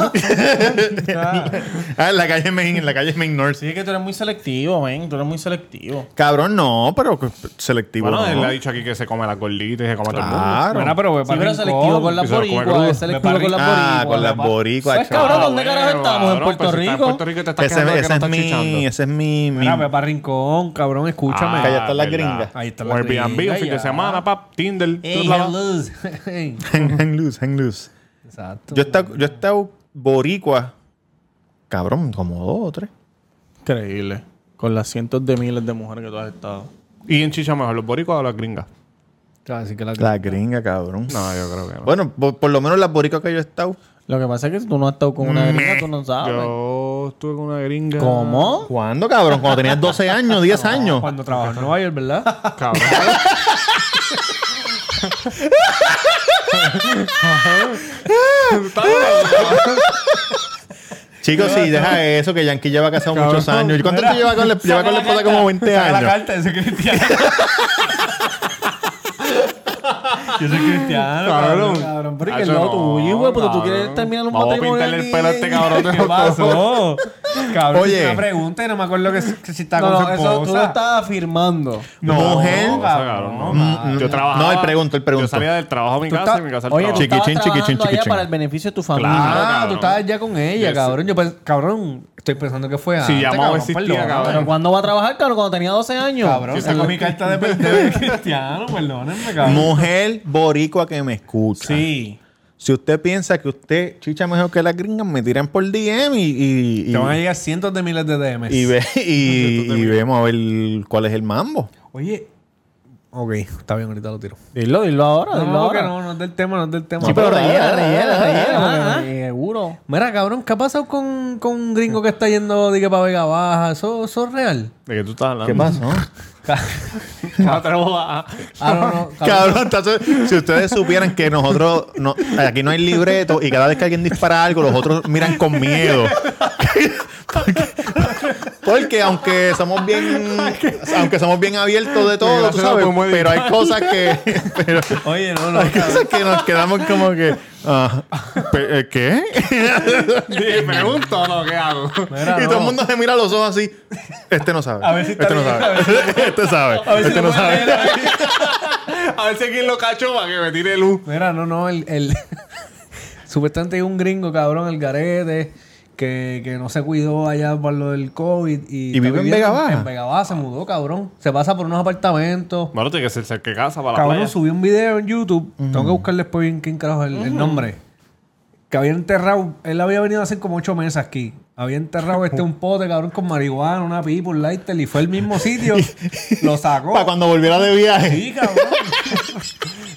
Speaker 2: Ah, en la calle Main, en la calle Main North.
Speaker 3: Sí, es que tú eres muy selectivo, men. Tú eres muy selectivo.
Speaker 2: Cabrón, no, pero que- selectivo.
Speaker 4: bueno, él
Speaker 2: no.
Speaker 4: le ha dicho aquí que se come la gordita y se come todo el mundo.
Speaker 2: Claro.
Speaker 5: Mira, pero ve
Speaker 3: Sí,
Speaker 5: para
Speaker 3: pero
Speaker 5: el
Speaker 3: selectivo con
Speaker 5: rincón.
Speaker 3: las
Speaker 4: que se lo come
Speaker 3: boricuas.
Speaker 4: crudo.
Speaker 3: Es selectivo
Speaker 5: Me
Speaker 3: con las
Speaker 2: ah,
Speaker 3: boricuas.
Speaker 2: con las
Speaker 3: papá.
Speaker 2: boricuas.
Speaker 3: ¿Sabes,
Speaker 2: chaval.
Speaker 3: cabrón, dónde carajo estamos? ¿En Puerto
Speaker 4: pero Ah, pues, si
Speaker 3: Rico?
Speaker 4: estás En Puerto Rico te estás
Speaker 2: Ese,
Speaker 4: quedando que
Speaker 2: ese
Speaker 4: no
Speaker 2: es
Speaker 4: estás
Speaker 2: mi,
Speaker 4: chichando.
Speaker 2: ese es mi, mi-
Speaker 5: Mira, ve para el rincón, cabrón, escúchame.
Speaker 2: Ah, allá están las
Speaker 4: verdad.
Speaker 2: gringas.
Speaker 5: Ahí están
Speaker 4: O
Speaker 5: las
Speaker 4: Airbnb, un
Speaker 5: gringas,
Speaker 4: fin de
Speaker 5: ya. Eh,
Speaker 4: semana, pap, Tinder.
Speaker 3: Ey,
Speaker 4: bla, bla, bla.
Speaker 3: hellos.
Speaker 2: hang, hang loose, hang loose.
Speaker 5: Exacto.
Speaker 2: Yo he estado, yo he estado boricua, cabrón, como dos o tres.
Speaker 3: Increíble. Con las cientos de miles de mujeres que tú has estado.
Speaker 4: ¿Y en chicha mejor, los boricuas o las gringas?
Speaker 5: Te voy a decir que la-
Speaker 2: La gringa, cabrón.
Speaker 4: No, yo creo que no.
Speaker 2: Bueno, por, por lo menos las boricuas que yo he estado.
Speaker 3: Lo que pasa es que si tú no has estado con una gringa, tú no sabes.
Speaker 4: Yo estuve con una gringa.
Speaker 3: ¿Cómo?
Speaker 2: ¿Cuándo, cabrón? Cuando tenías 12 años, 10 años.
Speaker 5: Cuando trabajó en Nueva York, ¿verdad?
Speaker 4: Cabrón.
Speaker 2: Chicos, sí, deja eso, que Yankee lleva casado muchos años. ¿Y cuánto te lleva con la, lleva con la esposa? Como 20
Speaker 5: Saca la
Speaker 2: años.
Speaker 5: carta, yo soy cristiano. yo soy cristiano,
Speaker 4: Cabrón.
Speaker 5: cabrón. Cabrón,
Speaker 2: Ah,
Speaker 5: pero ¿y qué es
Speaker 4: Hacho,
Speaker 5: lo
Speaker 4: Ah, no,
Speaker 5: tuyo, güey? Pero tú quieres
Speaker 4: cabrón.
Speaker 5: terminar un
Speaker 4: Vamos a
Speaker 5: matrimonio.
Speaker 4: pintarle el pelo a este
Speaker 5: aquí.
Speaker 4: cabrón de
Speaker 5: ¿Qué pasó? Cabrón,
Speaker 2: Oye.
Speaker 5: Oye. una pregunta y no me acuerdo que, que si está
Speaker 3: No,
Speaker 5: con
Speaker 3: no,
Speaker 5: su
Speaker 3: eso tú lo
Speaker 5: esposa.
Speaker 3: estás afirmando.
Speaker 5: No,
Speaker 2: Mujer.
Speaker 4: No, cabrón, no.
Speaker 2: Mm,
Speaker 4: Yo
Speaker 2: mm.
Speaker 4: trabajaba.
Speaker 2: No, él pregunta, él pregunta.
Speaker 4: Yo salía del trabajo a mi casa y mi casa al
Speaker 3: Oye,
Speaker 4: trabajo.
Speaker 3: tú estabas
Speaker 2: Chiquichín,
Speaker 3: trabajando
Speaker 2: chiquichín,
Speaker 3: allá
Speaker 2: chiquichín.
Speaker 3: para el beneficio de tu familia.
Speaker 4: Claro,
Speaker 5: ah,
Speaker 4: cabrón.
Speaker 5: tú estabas ya con ella,
Speaker 4: Yes.
Speaker 5: cabrón. Yo pens- cabrón, estoy pensando que fue antes,
Speaker 4: ya
Speaker 5: cabrón,
Speaker 4: Mao existía,
Speaker 5: perdóname.
Speaker 4: cabrón.
Speaker 3: ¿Pero cuándo va a trabajar, cabrón? Cuando tenía 12 años.
Speaker 5: Cabrón, sacó mi carta de, de cristiano, perdónenme, cabrón.
Speaker 2: Mujer boricua que me escucha.
Speaker 3: Sí.
Speaker 2: Si usted piensa que usted chicha mejor que las gringas, me tiran por DM y, y, y,
Speaker 5: Te van a llegar cientos de miles de DMs.
Speaker 2: y ve- y- y vemos a ver cuál es el mambo.
Speaker 5: Oye, ok, está bien, ahorita lo tiro.
Speaker 3: Dilo, dilo ahora,
Speaker 5: Ah, No,
Speaker 3: dilo
Speaker 5: no, que
Speaker 3: ahora.
Speaker 5: no, Ah, no es del tema, no es del tema.
Speaker 2: Sí, pero rellena,
Speaker 3: rellena,
Speaker 5: rellena,
Speaker 3: Seguro.
Speaker 5: Mira, cabrón, ¿qué ha pasado con, con un gringo que está yendo de que para Vega Baja? ¿Eso, eso es real?
Speaker 4: ¿De qué tú estás hablando?
Speaker 2: ¿Qué pasó?
Speaker 4: No atrevo a-
Speaker 5: Ah, no, no,
Speaker 2: Cabrón, entonces, si ustedes supieran que nosotros, no- aquí no hay libreto y cada vez que alguien dispara algo, los otros miran con miedo. porque, porque aunque somos bien, aunque somos bien abiertos de todo, tú
Speaker 4: Gracias,
Speaker 2: sabes,
Speaker 4: no podemos
Speaker 2: pero hay
Speaker 4: editar.
Speaker 2: cosas que, pero
Speaker 5: Oye, no, no.
Speaker 2: hay cosas que nos quedamos como que, ah, pe- eh, ¿qué?
Speaker 4: Dime, pregunto o no, ¿qué hago?
Speaker 5: Mira,
Speaker 2: y
Speaker 5: no.
Speaker 2: todo el mundo se mira a los ojos así. Este no sabe.
Speaker 5: A ver si está
Speaker 2: este no
Speaker 5: bien, a
Speaker 2: sabe.
Speaker 5: ver
Speaker 2: este sabe. este no sabe.
Speaker 4: A ver si aquí lo cacho para que me tire luz.
Speaker 5: Mira, no, no, el... el... Supuestamente hay un gringo, cabrón, el garete, que, que no se cuidó allá por lo del COVID. ¿Y, está
Speaker 2: vive en
Speaker 5: viviendo
Speaker 2: Vega Baja?
Speaker 5: En Vega Baja se mudó, cabrón. Se pasa por unos apartamentos.
Speaker 4: Bueno, tiene que ser cerca de casa para la
Speaker 5: Cabrón,
Speaker 4: playa.
Speaker 5: subí un video en YouTube. Tengo que buscar después bien quién carajo es el, el nombre. Que había enterrado. Él había venido hace como ocho meses aquí. Había enterrado este un pote, cabrón, con marihuana, una pipa, un lighter. Y fue al mismo sitio. lo sacó.
Speaker 2: Para cuando volviera de viaje.
Speaker 5: Sí, cabrón.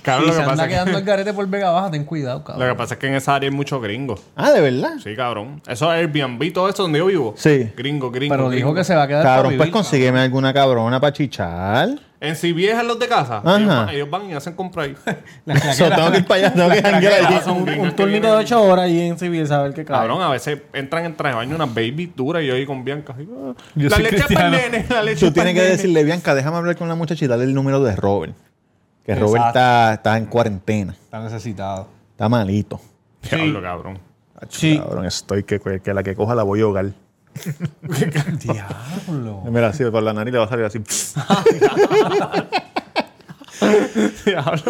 Speaker 4: Cabrón,
Speaker 5: y
Speaker 4: lo
Speaker 5: se
Speaker 4: que
Speaker 5: anda
Speaker 4: pasa es
Speaker 5: quedando
Speaker 4: que-
Speaker 5: el garete por Vega Baja. Ten cuidado,
Speaker 4: lo que
Speaker 5: cabrón.
Speaker 4: pasa es que en esa área hay muchos gringos.
Speaker 2: Ah, de verdad.
Speaker 4: Sí, cabrón. Eso es Airbnb, todo esto donde yo vivo.
Speaker 2: Sí.
Speaker 4: Gringo, gringo.
Speaker 5: Pero dijo
Speaker 4: gringo.
Speaker 5: que se va a quedar para
Speaker 2: Cabrón, pues
Speaker 5: vivir,
Speaker 2: consígueme alguna cabrona para chichar.
Speaker 4: En si viejas los de casa,
Speaker 2: Ajá.
Speaker 4: ellos van, ellos van y hacen compra ahí.
Speaker 5: Las
Speaker 2: So,
Speaker 5: claqueras.
Speaker 2: tengo que ir para allá, tengo que janguear allí.
Speaker 4: Ah, son
Speaker 3: Un,
Speaker 4: gringos
Speaker 3: un
Speaker 4: que
Speaker 3: turnito
Speaker 4: vienen.
Speaker 3: de 8 horas ahí en civil, saber qué cabrón.
Speaker 4: Cabrón, a veces entran en traje de baño unas baby duras y yo ahí con Bianca. así, ah,
Speaker 5: Yo
Speaker 4: la
Speaker 5: soy
Speaker 4: leche es para
Speaker 5: cristiano.
Speaker 4: el nene, la leche
Speaker 2: Tú
Speaker 4: es para
Speaker 2: tienes
Speaker 4: el
Speaker 2: que
Speaker 4: nene.
Speaker 2: decirle, Bianca, déjame hablar con la muchacha y darle el número de Robert. Que Robert está, está en cuarentena.
Speaker 5: Está necesitado.
Speaker 2: Está malito.
Speaker 4: Diablo, cabrón.
Speaker 3: Sí.
Speaker 2: Cabrón, estoy que, que la que coja la voy a ahogar.
Speaker 5: Diablo.
Speaker 2: Mira, así por la nariz le va a salir así.
Speaker 4: Diablo.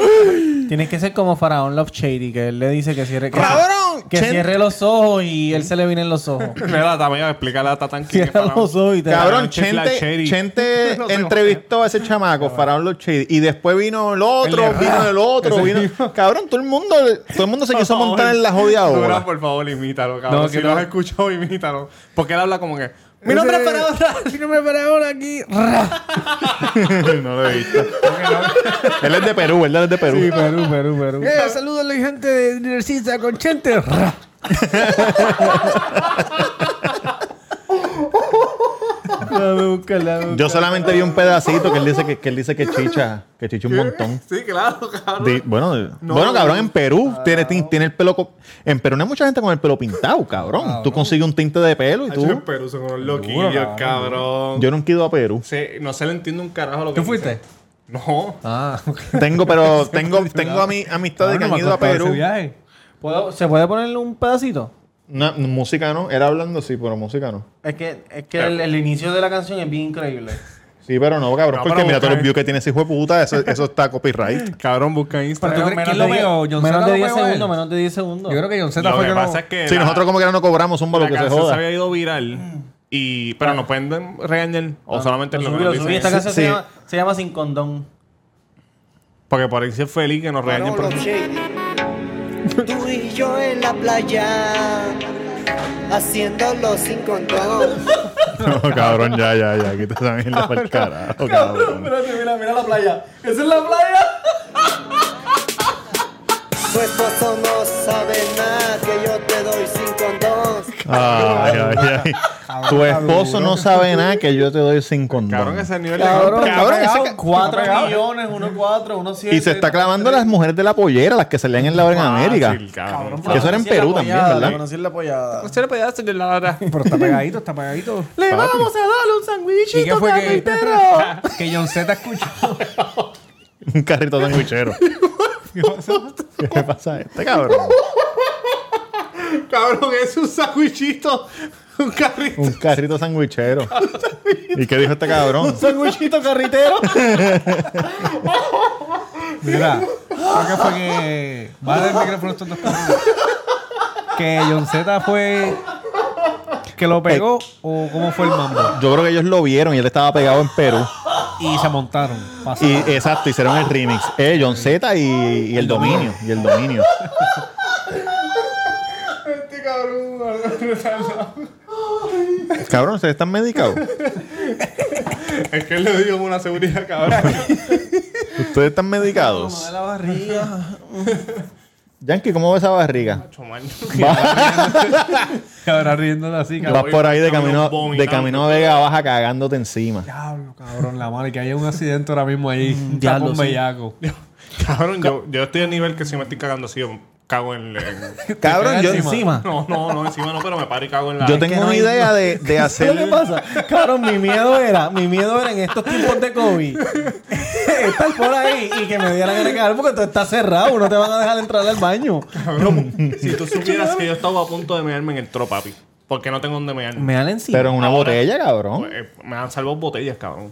Speaker 3: Tienes que ser como Faraón Love Shady, que él le dice que cierre, que,
Speaker 2: ¡Cabrón!
Speaker 3: que
Speaker 2: Chen-
Speaker 3: cierre los ojos y él se le viene en los ojos.
Speaker 4: Mira, también explícale a Tatán quién es
Speaker 3: Cierra
Speaker 4: para-
Speaker 3: los ojos y te
Speaker 2: Cabrón,
Speaker 4: Chifla
Speaker 2: Chente,
Speaker 4: Cherry.
Speaker 2: Chente
Speaker 4: No sé cómo
Speaker 2: entrevistó a ese chamaco, Faraón Los Shady, y después vino el otro,
Speaker 5: El de
Speaker 2: vino
Speaker 5: Ra.
Speaker 2: el otro, vino... Cabrón, todo el mundo, todo el mundo se quiso montar en la jodida
Speaker 4: Durán,
Speaker 2: obra.
Speaker 4: por favor, imítalo, cabrón.
Speaker 5: No,
Speaker 4: si
Speaker 5: que
Speaker 4: lo
Speaker 5: no.
Speaker 4: has escuchado, imítalo. Porque él habla como que...
Speaker 5: Mi nombre es Faraón. Mi nombre es Faraón aquí.
Speaker 2: no lo he visto. él es de Perú, ¿verdad? Él es de Perú.
Speaker 5: Perú, Perú, Perú. Eh, saludos a la gente de Universidad Conchente.
Speaker 3: Déjame buscarla. déjame
Speaker 2: Yo solamente vi un pedacito que él dice que, que él dice que chicha, que chicha un montón.
Speaker 4: Sí, claro, cabrón.
Speaker 2: Di- bueno, di- bueno, cabrón, en Perú tiene, tin- tiene el pelo. co- En Perú no hay mucha gente con el pelo pintado, cabrón. Tú consigues un tinte de pelo y
Speaker 4: Hacho, en
Speaker 2: tú.
Speaker 4: Perú son unos loquillos, cabrón.
Speaker 2: Yo nunca he ido a Perú.
Speaker 4: Se- no se le entiende un carajo lo que
Speaker 5: ¿Tú fuiste?
Speaker 4: dice. No.
Speaker 5: Ah, ok.
Speaker 2: Tengo, pero tengo, tengo a mi amistad
Speaker 5: Cabrón,
Speaker 2: que
Speaker 5: no
Speaker 2: han
Speaker 5: me
Speaker 2: ido a
Speaker 5: acordaba de
Speaker 2: Perú.
Speaker 5: ese viaje.
Speaker 3: ¿Puedo- ¿Se puede ponerle un pedacito?
Speaker 2: No, música no, era hablando sí, pero música no.
Speaker 3: Es que, es que el, el inicio de la canción es bien increíble.
Speaker 2: Sí, pero no, cabrón,
Speaker 4: No,
Speaker 2: porque
Speaker 4: pero eh.
Speaker 2: mira todos
Speaker 4: busca-
Speaker 2: los views que tiene ese hijo de puta, eso, eso está copyright.
Speaker 4: Cabrón, busca en
Speaker 5: Pero tú
Speaker 4: Instagram.
Speaker 5: crees que lo
Speaker 3: de
Speaker 5: veo,
Speaker 3: diez-
Speaker 5: John
Speaker 3: menos de
Speaker 5: Cena
Speaker 3: 10
Speaker 5: lo veo a él.
Speaker 3: segundos, menos de 10 segundos.
Speaker 5: Yo creo que John Z
Speaker 4: Lo
Speaker 5: fue
Speaker 4: que
Speaker 5: que no.
Speaker 4: pasa es que
Speaker 2: Sí,
Speaker 4: la-
Speaker 2: nosotros como que era no cobramos, un
Speaker 4: la
Speaker 2: lo que se
Speaker 4: canción se
Speaker 2: joda. Ah.
Speaker 4: había ido viral. Y, pero nos pueden regañar o solamente
Speaker 3: Lo
Speaker 4: lo
Speaker 3: subí,
Speaker 4: que
Speaker 3: lo
Speaker 4: nos
Speaker 3: subí.
Speaker 4: dicen.
Speaker 3: Esta canción se,
Speaker 2: Sí.
Speaker 3: llama, se llama Sin Condón.
Speaker 4: Porque por ahí se feliz que nos regañen.
Speaker 7: Manolo
Speaker 4: por-
Speaker 7: Che, Tú y yo en la playa, haciéndolo sin control.
Speaker 2: No, cabrón, ya, ya, ya, quita esa mierda para el carajo, cabrón.
Speaker 3: mira, mira la playa. Esa es la playa.
Speaker 7: Tu esposo no sabe nada que yo te doy sin condón.
Speaker 2: Ay, ay, ay. Tu esposo no sabe nada que yo te doy sin condón.
Speaker 4: Cabrón, ese nivel
Speaker 3: Cabrón,
Speaker 4: de...
Speaker 2: Cabrón, ese ca-
Speaker 3: 4 millones, 1, 4, 1, 7.
Speaker 2: Y se está clavando las mujeres de la pollera, las que salían en la hora en América.
Speaker 4: Fácil, cabrón.
Speaker 2: Que eso era en Perú también,
Speaker 3: La
Speaker 2: ¿verdad?
Speaker 3: conocí en la pollada.
Speaker 4: Se le pedaste
Speaker 3: este,
Speaker 4: de la hora.
Speaker 5: Pero está pegadito, está pegadito.
Speaker 3: Le vamos a darle un
Speaker 5: ¿Y qué
Speaker 3: sandwichito
Speaker 5: fue que,
Speaker 3: carnicero.
Speaker 5: que John Z escuchó?
Speaker 2: Un carrito de cuchero. ¿Qué pasa a este cabrón?
Speaker 4: Cabrón, es un sandwichito. Un carrito.
Speaker 2: Un carrito sandwichero. ¿Y qué dijo este cabrón?
Speaker 3: Sandwichito carritero.
Speaker 5: Mira, creo que fue que. Vale el micrófono estos dos cabrones. Que John Z fue. Que lo pegó o cómo fue el mambo.
Speaker 2: Yo creo que ellos lo vieron y él estaba pegado en Perú.
Speaker 5: Y se montaron. pasó.
Speaker 2: Y exacto, hicieron el remix. Eh, John Z y, y el dominio. Y el dominio.
Speaker 4: Este cabrón.
Speaker 2: Cabrón, ¿ustedes están medicados?
Speaker 4: Es que él le dio una seguridad, cabrón.
Speaker 2: ¿Ustedes están medicados?
Speaker 3: la barriga.
Speaker 2: Yankee, ¿cómo ves esa barriga?
Speaker 5: Cabrón, riéndole así,
Speaker 2: Vas
Speaker 5: cabrón.
Speaker 2: por ahí de camino, de
Speaker 4: vomitando.
Speaker 2: camino a Vega Baja cagándote encima.
Speaker 5: Diablo, cabrón, Mm, la madre, que haya un accidente ahora mismo ahí. Un
Speaker 3: diablo,
Speaker 5: tapón
Speaker 3: sí.
Speaker 5: bellaco.
Speaker 4: Cabrón, yo, yo estoy a nivel que si me estoy cagando así, yo cago en... en-
Speaker 2: Cabrón, yo,
Speaker 3: Encima.
Speaker 4: No, no, no, encima no, pero me paro y cago en la...
Speaker 2: yo tengo una idea de, de
Speaker 3: ¿Sabes lo que
Speaker 2: hacer.
Speaker 3: pasa? Cabrón, mi miedo era, mi miedo era en estos tiempos de COVID estar por ahí y que me dieran ganas de cagar porque todo está cerrado, no te van a dejar entrar al baño.
Speaker 4: Si tú supieras que yo estaba a punto de mearme en el tro, papi. Porque no tengo donde mearme.
Speaker 3: Me dan encima.
Speaker 2: Pero en una botella, cabrón.
Speaker 4: Eh, me han salvado botellas, cabrón.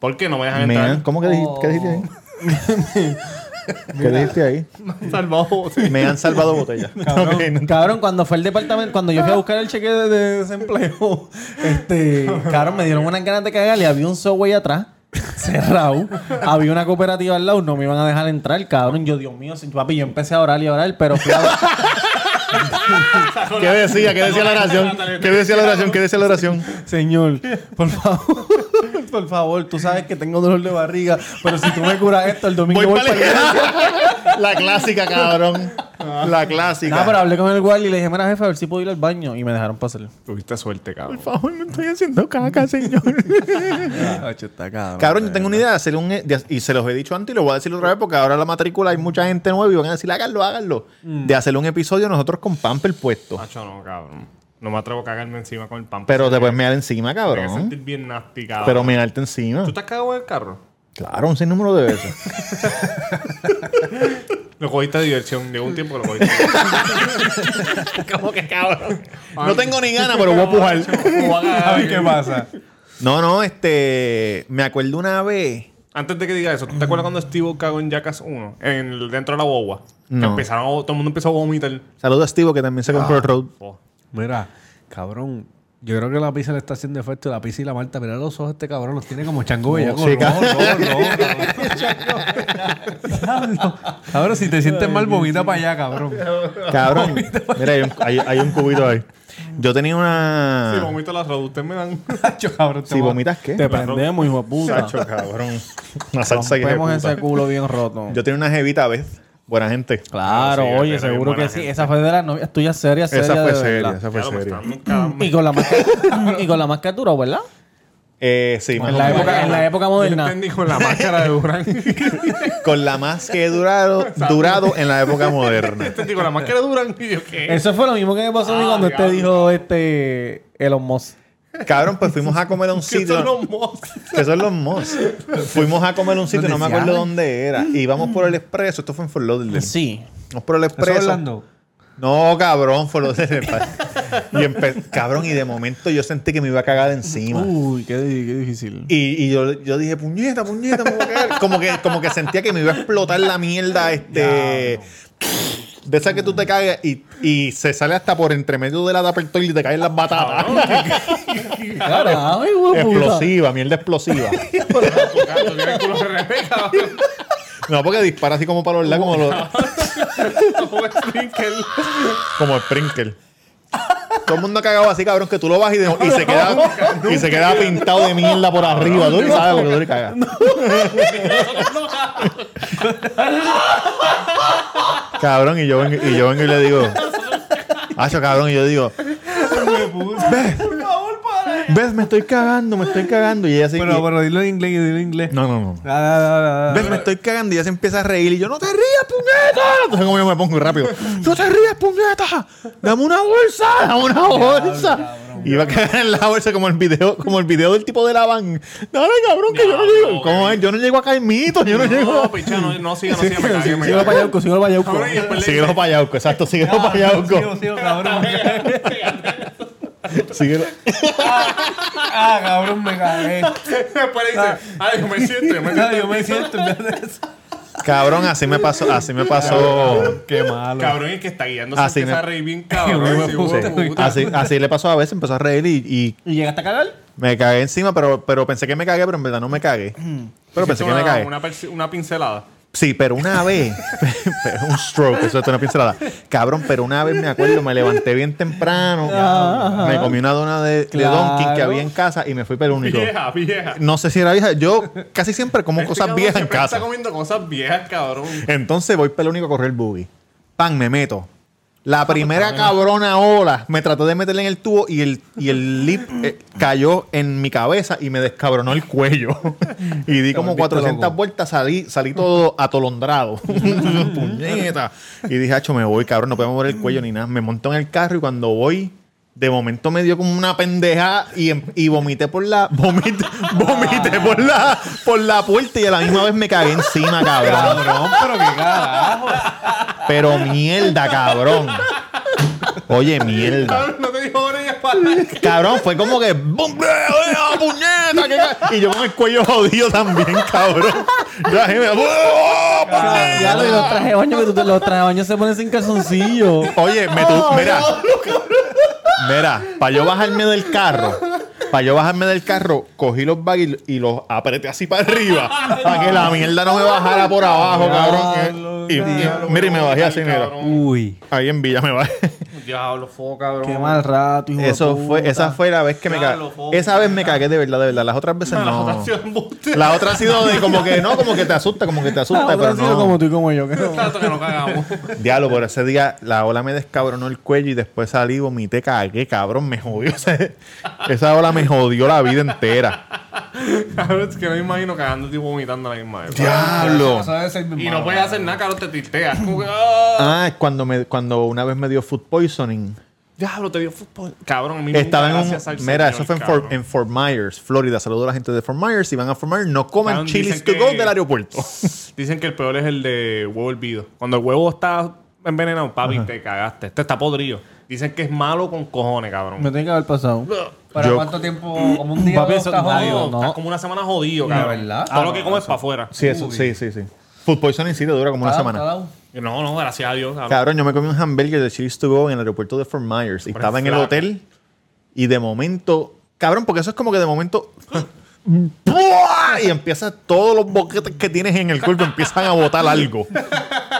Speaker 4: ¿Por qué no me dejan
Speaker 2: Mea-
Speaker 4: entrar?
Speaker 2: ¿Cómo que dijiste, qué dijiste ahí?
Speaker 3: Oh.
Speaker 2: ¿Qué dijiste ahí?
Speaker 4: Me han salvado botellas.
Speaker 2: Me han salvado botellas. Ok, no-
Speaker 3: Cabrón, cuando fue el departamento, cuando yo fui a buscar el cheque de, de desempleo, este, cabrón, me dieron unas ganas de cagar y había un subway atrás, cerrado. había una cooperativa al lado, no me iban a dejar entrar, cabrón. Yo, Dios mío, si- papi, yo empecé a orar y a orar, pero fui a-
Speaker 2: ¿Qué decía? ¿Qué decía la oración? ¿Qué decía la oración? ¿Qué decía la oración?
Speaker 3: Señor, por favor, por favor, tú sabes que tengo dolor de barriga, pero si tú me curas esto, el domingo
Speaker 2: Voy
Speaker 3: voy,
Speaker 2: para
Speaker 3: para
Speaker 2: la iglesia. La clásica, cabrón. La clásica.
Speaker 3: Ah, pero hablé con el guardia y le dije, mira, jefe, a ver si puedo ir al baño. Y me dejaron pasar.
Speaker 4: Tuviste suerte, cabrón.
Speaker 2: favor, me estoy haciendo caca, señor. Ah, Cabrón, yo tengo una idea de hacer un. e- de- y se los he dicho antes y lo voy a decir otra vez porque ahora la matrícula hay mucha gente nueva y van a decir, háganlo, háganlo. De hacer un episodio nosotros con Pamper puesto.
Speaker 4: Macho, no, cabrón. No me atrevo a cagarme encima con el pan.
Speaker 2: Pero te puedes mear encima,
Speaker 4: Me voy a
Speaker 2: cabrón.
Speaker 4: sentir bien nasty, cabrón.
Speaker 2: Pero mearte encima.
Speaker 4: ¿Tú te has cagado en el carro?
Speaker 2: Claro, un sinnúmero de veces.
Speaker 4: Lo cogiste de diversión. Llegó un tiempo que lo cogiste. ¿Cómo que, cabrón?
Speaker 2: no tengo ni ganas, pero voy a pujar.
Speaker 5: A ver qué pasa.
Speaker 2: No, no, este. Me acuerdo una vez.
Speaker 4: Antes de que diga eso, ¿tú te acuerdas cuando Steve cagó en Jackass 1? En el- dentro de la boba.
Speaker 2: No.
Speaker 4: empezaron, a- todo el mundo empezó a vomitar.
Speaker 2: Saludos a Steve que también se compró el
Speaker 3: Ah.
Speaker 2: road.
Speaker 4: Oh.
Speaker 5: Mira, cabrón. Yo creo que la pizza le está haciendo efecto. La pizza y la Marta, mira los ojos de este cabrón. Los tiene como chango bellaco.
Speaker 2: sí,
Speaker 5: rojo, rojo, rojo. Diablo. Cabrón, si te sientes mal, vomita para allá, cabrón.
Speaker 2: Cabrón. Mira, hay un, hay- hay un cubito ahí. Yo tenía
Speaker 4: Si
Speaker 2: una.
Speaker 4: vomito las rodas, ustedes me dan.
Speaker 2: Ah, pues
Speaker 5: Hacho, cabrón, te
Speaker 2: Si
Speaker 5: voy a-
Speaker 2: vomitas, ¿qué?
Speaker 3: Te prendemos, hijo de puta.
Speaker 2: Sacho, cabrón. Una salsa que
Speaker 3: Rompemos
Speaker 2: ejecuta.
Speaker 3: ese culo bien roto.
Speaker 2: Yo tenía una jevita a veces Buena gente.
Speaker 3: Claro,
Speaker 4: Sí,
Speaker 3: oye,
Speaker 4: era bien
Speaker 3: seguro
Speaker 4: buena
Speaker 3: que sí.
Speaker 4: gente.
Speaker 3: Esa fue de las novias tuyas serias, serias.
Speaker 2: esa fue
Speaker 3: de
Speaker 2: seria,
Speaker 3: verdad.
Speaker 2: esa
Speaker 4: pues,
Speaker 2: fue seria.
Speaker 3: Y con la máscara, y con la máscara dura, ¿verdad?
Speaker 2: Eh, sí, más
Speaker 3: En
Speaker 2: o
Speaker 3: la
Speaker 2: menos.
Speaker 3: época, en la época
Speaker 4: Yo
Speaker 3: moderna.
Speaker 4: entendí con la máscara de Durán.
Speaker 2: con la más que he durado, durado en la época moderna.
Speaker 4: entendí con la máscara de Durán. Y yo, ¿qué?
Speaker 3: Eso fue lo mismo que me pasó a mí
Speaker 4: Ah,
Speaker 3: cuando este
Speaker 4: diablo.
Speaker 3: dijo este Elon Musk.
Speaker 2: Cabrón, pues fuimos a comer a un
Speaker 4: ¿Qué son
Speaker 2: sitio.
Speaker 4: los mozos?
Speaker 2: Que son los mos. Fuimos a comer a un sitio, no me
Speaker 5: ¿Dónde se
Speaker 2: acuerdo
Speaker 5: llama?
Speaker 2: dónde era. Y vamos por el expreso. Esto fue en Fort Lauderdale.
Speaker 3: Sí.
Speaker 2: Vamos por el
Speaker 5: ¿Eso
Speaker 2: expreso.
Speaker 5: Orlando?
Speaker 2: No, cabrón, fue lo de Y empe- cabrón, y de momento yo sentí que me iba a cagar de encima.
Speaker 3: Uy, qué, di- qué difícil.
Speaker 2: Y, y yo, yo dije, puñeta, puñeta, me voy a cagar. Como que, como que sentía que me iba a explotar la mierda, este. De esa que tú te cagas y, y se sale hasta por entre medio de la tupper toilet y te caen las batatas.
Speaker 3: Carajo, ay, güey, puta.
Speaker 2: explosiva, mierda explosiva.
Speaker 4: Tú tienes el culo de Rebeca.
Speaker 2: No, porque dispara así como para los lados, como, los-
Speaker 4: Como Sprinkle.
Speaker 2: como sprinkler. Todo el mundo ha cagado así, cabrón, que tú lo bajas y, de- y se queda, y se queda pintado de mierda por arriba. Tú no sabes porque tú le cagas. Cabrón, y yo vengo y, yo vengo y le digo, Hacho, cabrón, y yo digo, ves, ves, me estoy cagando, me estoy cagando. Y ella así,
Speaker 5: Pero,
Speaker 2: y-
Speaker 5: pero dilo en inglés, dilo en inglés. Ah,
Speaker 2: no, no, no.
Speaker 5: Da, da, da, da, da.
Speaker 2: ¿Ves? Me estoy cagando y ella se empieza a reír y yo, no te rías, puñeta. Entonces como yo me pongo rápido. No te rías, puñeta. Dame una bolsa, dame una bolsa. Iba a cagar en la bolsa como el video, como el video del tipo de la van. No, no, cabrón, que yo no
Speaker 4: Diablo,
Speaker 2: llego. ¿Cómo es? Yo no llego a Caimito, yo no,
Speaker 4: No,
Speaker 2: llego.
Speaker 4: picha, no, no siga, no siga. me cagué, me
Speaker 3: Síguelo
Speaker 4: cagué.
Speaker 3: para Yauco, síguelo para Yauco.
Speaker 4: Cabrón, y después le-
Speaker 2: Síguelo para Yauco, exacto, síguelo para
Speaker 5: Sigo,
Speaker 2: Yauco.
Speaker 5: sigo, cabrón.
Speaker 2: Síguelo.
Speaker 5: Ah, cabrón, me cagué.
Speaker 4: Después le
Speaker 2: Ah.
Speaker 4: dice, ay, yo me siento, yo me
Speaker 5: No,
Speaker 4: siento.
Speaker 5: yo me siento en vez de eso.
Speaker 2: Cabrón, así me pasó, así me pasó.
Speaker 5: Qué malo.
Speaker 4: Cabrón, es que está guiando.
Speaker 2: Así
Speaker 4: Así empieza
Speaker 2: Ah, me-
Speaker 4: a reír bien, cabrón.
Speaker 5: Sí,
Speaker 4: Sí,
Speaker 5: puta.
Speaker 4: puta.
Speaker 2: Así, así le pasó a veces, empezó a reír y, y
Speaker 3: ¿Y llegaste a cagar?
Speaker 2: me cagué encima, pero, pero pensé que me cagué, pero en verdad no me cagué. Pero pensé que
Speaker 4: una,
Speaker 2: me cagué.
Speaker 4: Una, perci- una pincelada.
Speaker 2: Sí, pero una vez, pero un stroke, eso es una pincelada. Cabrón, pero una vez me acuerdo, me levanté bien temprano, me comí una dona de,
Speaker 3: Claro.
Speaker 2: Donkey que había en casa y me fui pero único.
Speaker 4: Vieja, vieja.
Speaker 2: No sé si era vieja, yo casi siempre como
Speaker 4: Este
Speaker 2: cosas
Speaker 4: cabrón
Speaker 2: viejas en
Speaker 4: siempre
Speaker 2: casa.
Speaker 4: Está comiendo cosas viejas, cabrón.
Speaker 2: Entonces voy pelo único a correr el boogie. Pan, me meto.
Speaker 5: Ah,
Speaker 2: La
Speaker 5: pues
Speaker 2: primera cabrona ola me trató de meterle en el tubo y el, y el lip eh, cayó en mi cabeza y me descabronó el cuello. y di como
Speaker 5: volviste
Speaker 2: 400
Speaker 5: loco.
Speaker 2: vueltas, salí, salí todo atolondrado. Puñeta. Y dije, hacho, me voy, cabrón, no puedo mover el cuello ni nada. Me monto en el carro y cuando voy, de momento me dio como una pendeja y, em- y vomité por la. Vomité, vomité por la por la puerta y a la misma vez me cagué encima, cabrón.
Speaker 5: Cabrón, pero qué carajo.
Speaker 2: Pero mierda, cabrón. Oye, mierda.
Speaker 4: Cabrón, no te dijo oreja para
Speaker 2: Cabrón, fue como que. ¡Bum! ble, ole, puñeta! qué ca- Y yo con el cuello jodido también, cabrón. Yo así me. ¡Oh, puñeta!
Speaker 3: Ya lo- y los trajes de baño que tú te- los trajes de baño se ponen sin calzoncillo.
Speaker 2: Oye, me tu- mira. Mira, para yo bajarme del carro. Para yo bajarme del carro, cogí los baggies y los apreté así para arriba. para que la mierda no me bajara por abajo, cabrón. Y, y- mira, y me bajé así, mira.
Speaker 5: Uy.
Speaker 2: Ahí en Villa me bajé.
Speaker 4: Diablo, fo, cabrón.
Speaker 3: Qué mal rato, hijo de
Speaker 2: Eso fue,
Speaker 3: puta.
Speaker 2: esa fue la vez que me cagué.
Speaker 4: Diablo, fo-
Speaker 2: Esa vez me cagué de verdad, de verdad. Las otras veces
Speaker 4: La
Speaker 2: no.
Speaker 4: rotación embuste.
Speaker 2: La otra ha sido de como que no, como que te asusta, como que te
Speaker 3: La
Speaker 2: asusta,
Speaker 3: otra
Speaker 2: pero
Speaker 3: ha sido
Speaker 2: no.
Speaker 3: como tú y como yo. que no.
Speaker 4: Tanto que no cagamos.
Speaker 2: Diablo, por ese día la ola me descabronó el cuello y después salí, vomité, cagué, cabrón, me jodió. ese- esa ola me jodió la vida entera.
Speaker 4: Cabrón, es que no me imagino cagando tipo vomitando a la misma vez.
Speaker 2: Diablo.
Speaker 4: Y no puedes hacer nada, cabrón, te tilteas. Como que, ah.
Speaker 2: Ah, es cuando me, cuando una vez me dio food poisoning.
Speaker 4: Diablo, te dio fútbol. Cabrón, a mí
Speaker 2: Estaba en
Speaker 4: nunca,
Speaker 2: un.
Speaker 4: gracias al
Speaker 2: Mira,
Speaker 4: señor,
Speaker 2: eso fue en
Speaker 4: cabrón.
Speaker 2: Fort, en Fort Myers, Florida. Saludo a la gente de Fort Myers. Si van a Fort Myers, no coman
Speaker 4: Cabrón,
Speaker 2: chilis
Speaker 4: dicen
Speaker 2: to go
Speaker 4: que-
Speaker 2: del aeropuerto.
Speaker 4: Dicen que el peor es el de huevo hervido. Cuando el huevo está envenenado, papi, te cagaste. Este está podrido. Dicen que es malo con cojones, cabrón.
Speaker 3: Me tiene que haber pasado.
Speaker 5: ¿Para
Speaker 2: Yo-
Speaker 5: cuánto tiempo? Como un día
Speaker 3: Papi,
Speaker 5: dos
Speaker 3: eso-
Speaker 5: estás jodido.
Speaker 4: No,
Speaker 3: no.
Speaker 4: estás como una semana jodido, cabrón.
Speaker 5: verdad?
Speaker 4: Todo
Speaker 5: Ah,
Speaker 4: lo
Speaker 5: no,
Speaker 4: que comes para afuera.
Speaker 2: Sí, eso,
Speaker 5: Uy.
Speaker 2: sí, sí, sí. Food poisoning sí le dura como una
Speaker 5: Está dado,
Speaker 2: semana.
Speaker 5: está dado.
Speaker 4: No, no, gracias a Dios, cabrón.
Speaker 2: Cabrón, yo me comí un hamburger de Chili's to go en el aeropuerto de Fort Myers. Y
Speaker 4: Pero
Speaker 2: estaba en el
Speaker 4: flaco.
Speaker 2: hotel y de momento... Cabrón, porque eso es como que de momento... ¡buah! y empiezan todos los boquetes que tienes en el cuerpo empiezan a botar algo.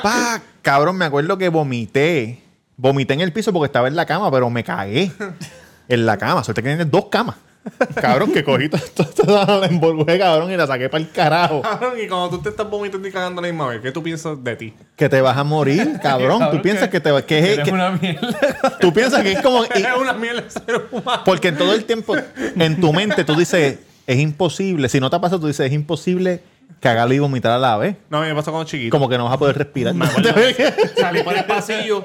Speaker 2: Pa, cabrón, me acuerdo que vomité. Vomité en el piso porque estaba en la cama, pero me cagué. En la cama. Suerte que tienes dos camas. Cabrón, que cogí to- to- toda la envolvé, cabrón, y la saqué para el carajo.
Speaker 4: Cabrón, y cuando tú te estás vomitando y cagando a la misma vez, ¿qué tú piensas de ti?
Speaker 2: Que te vas a morir, cabrón. Tú piensas que te va- que es.
Speaker 5: Eres
Speaker 2: que-
Speaker 5: una mierda.
Speaker 2: tú piensas que es como. y-
Speaker 4: Eres una mierda de ser humano.
Speaker 2: porque en todo el tiempo, en tu mente, tú dices, es imposible. Si no te ha pasado, tú dices, es imposible cagarlo y vomitar a la vez.
Speaker 4: No, a mí me pasó cuando chiquito.
Speaker 2: Como que no vas a poder respirar.
Speaker 4: Salí por el pasillo.